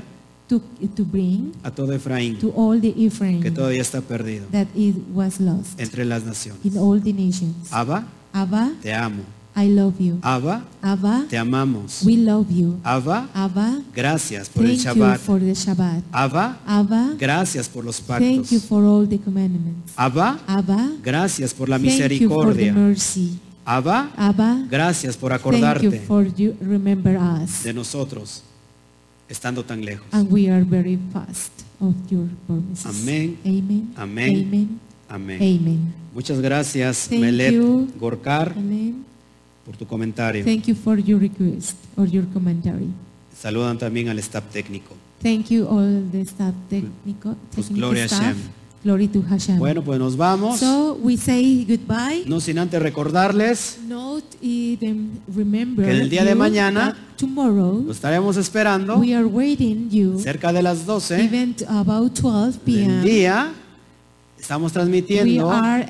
to, to bring a todo Efraín to all the que Ephraim todavía está perdido that it was lost entre las naciones. in all the nations. Abba, Abba, te amo. I love you. Abba, Abba, te amamos. we love you. Abba, Abba, gracias por el thank you Shabbat. for the Shabbat. Abba, Abba, gracias por los thank you pactos. for all the commandments. Abba, Abba, gracias por la thank you for the misericordia. mercy. Abba, Abba, gracias por thank you acordarte for you remember us. de nosotros estando tan lejos. And we are very fast of your promises. Amén. Amen. Amén. Amen. Amén. Amen. Muchas gracias, Thank Melet you. Gorkar, Amen. por tu comentario. Thank you for your request or your commentary. Saludan también al staff técnico. Thank you all the staff técnico, Pues technical gloria a staff. Hashem. Glory to Hashem. Bueno, pues nos vamos. so we say goodbye. No sin antes recordarles, Note it and remember Que el día de you mañana- that tomorrow lo estaremos esperando we are waiting you cerca de las 12 event about 12 del p.m. día. Estamos we transmitiendo are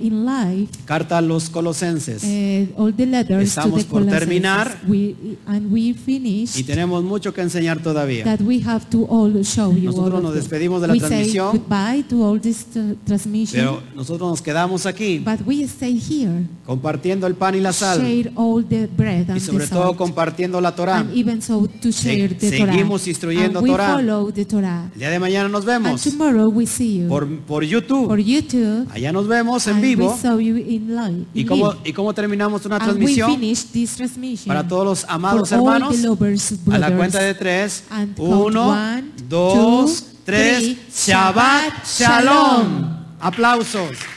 uh, in live Carta a los Colosenses. uh, all the letters to Estamos the por Colossians. terminar. We, and we finish Y tenemos mucho que enseñar todavía. that we have to all show you Nosotros all of nos them. despedimos de la we transmisión. say goodbye to all this uh, transmission. Pero nosotros nos quedamos aquí But we stay here, compartiendo el pan y la sal. share all the bread and Y sobre the salt, todo compartiendo la Torah. and even so to share the Torah. seguimos instruyendo and we Torah. follow the Torah. El día de mañana nos And vemos tomorrow we see you por, por YouTube. for YouTube. Allá nos vemos en and vivo. we saw you in live. ¿Y in cómo, live. y cómo terminamos una and we transmisión? finish this transmission Para todos los amados for all hermanos, the lovers, A la brothers. cuenta de tres. And count Uno, one, dos, two, tres. three. Shabbat Shabbat Shalom. Shalom. Aplausos.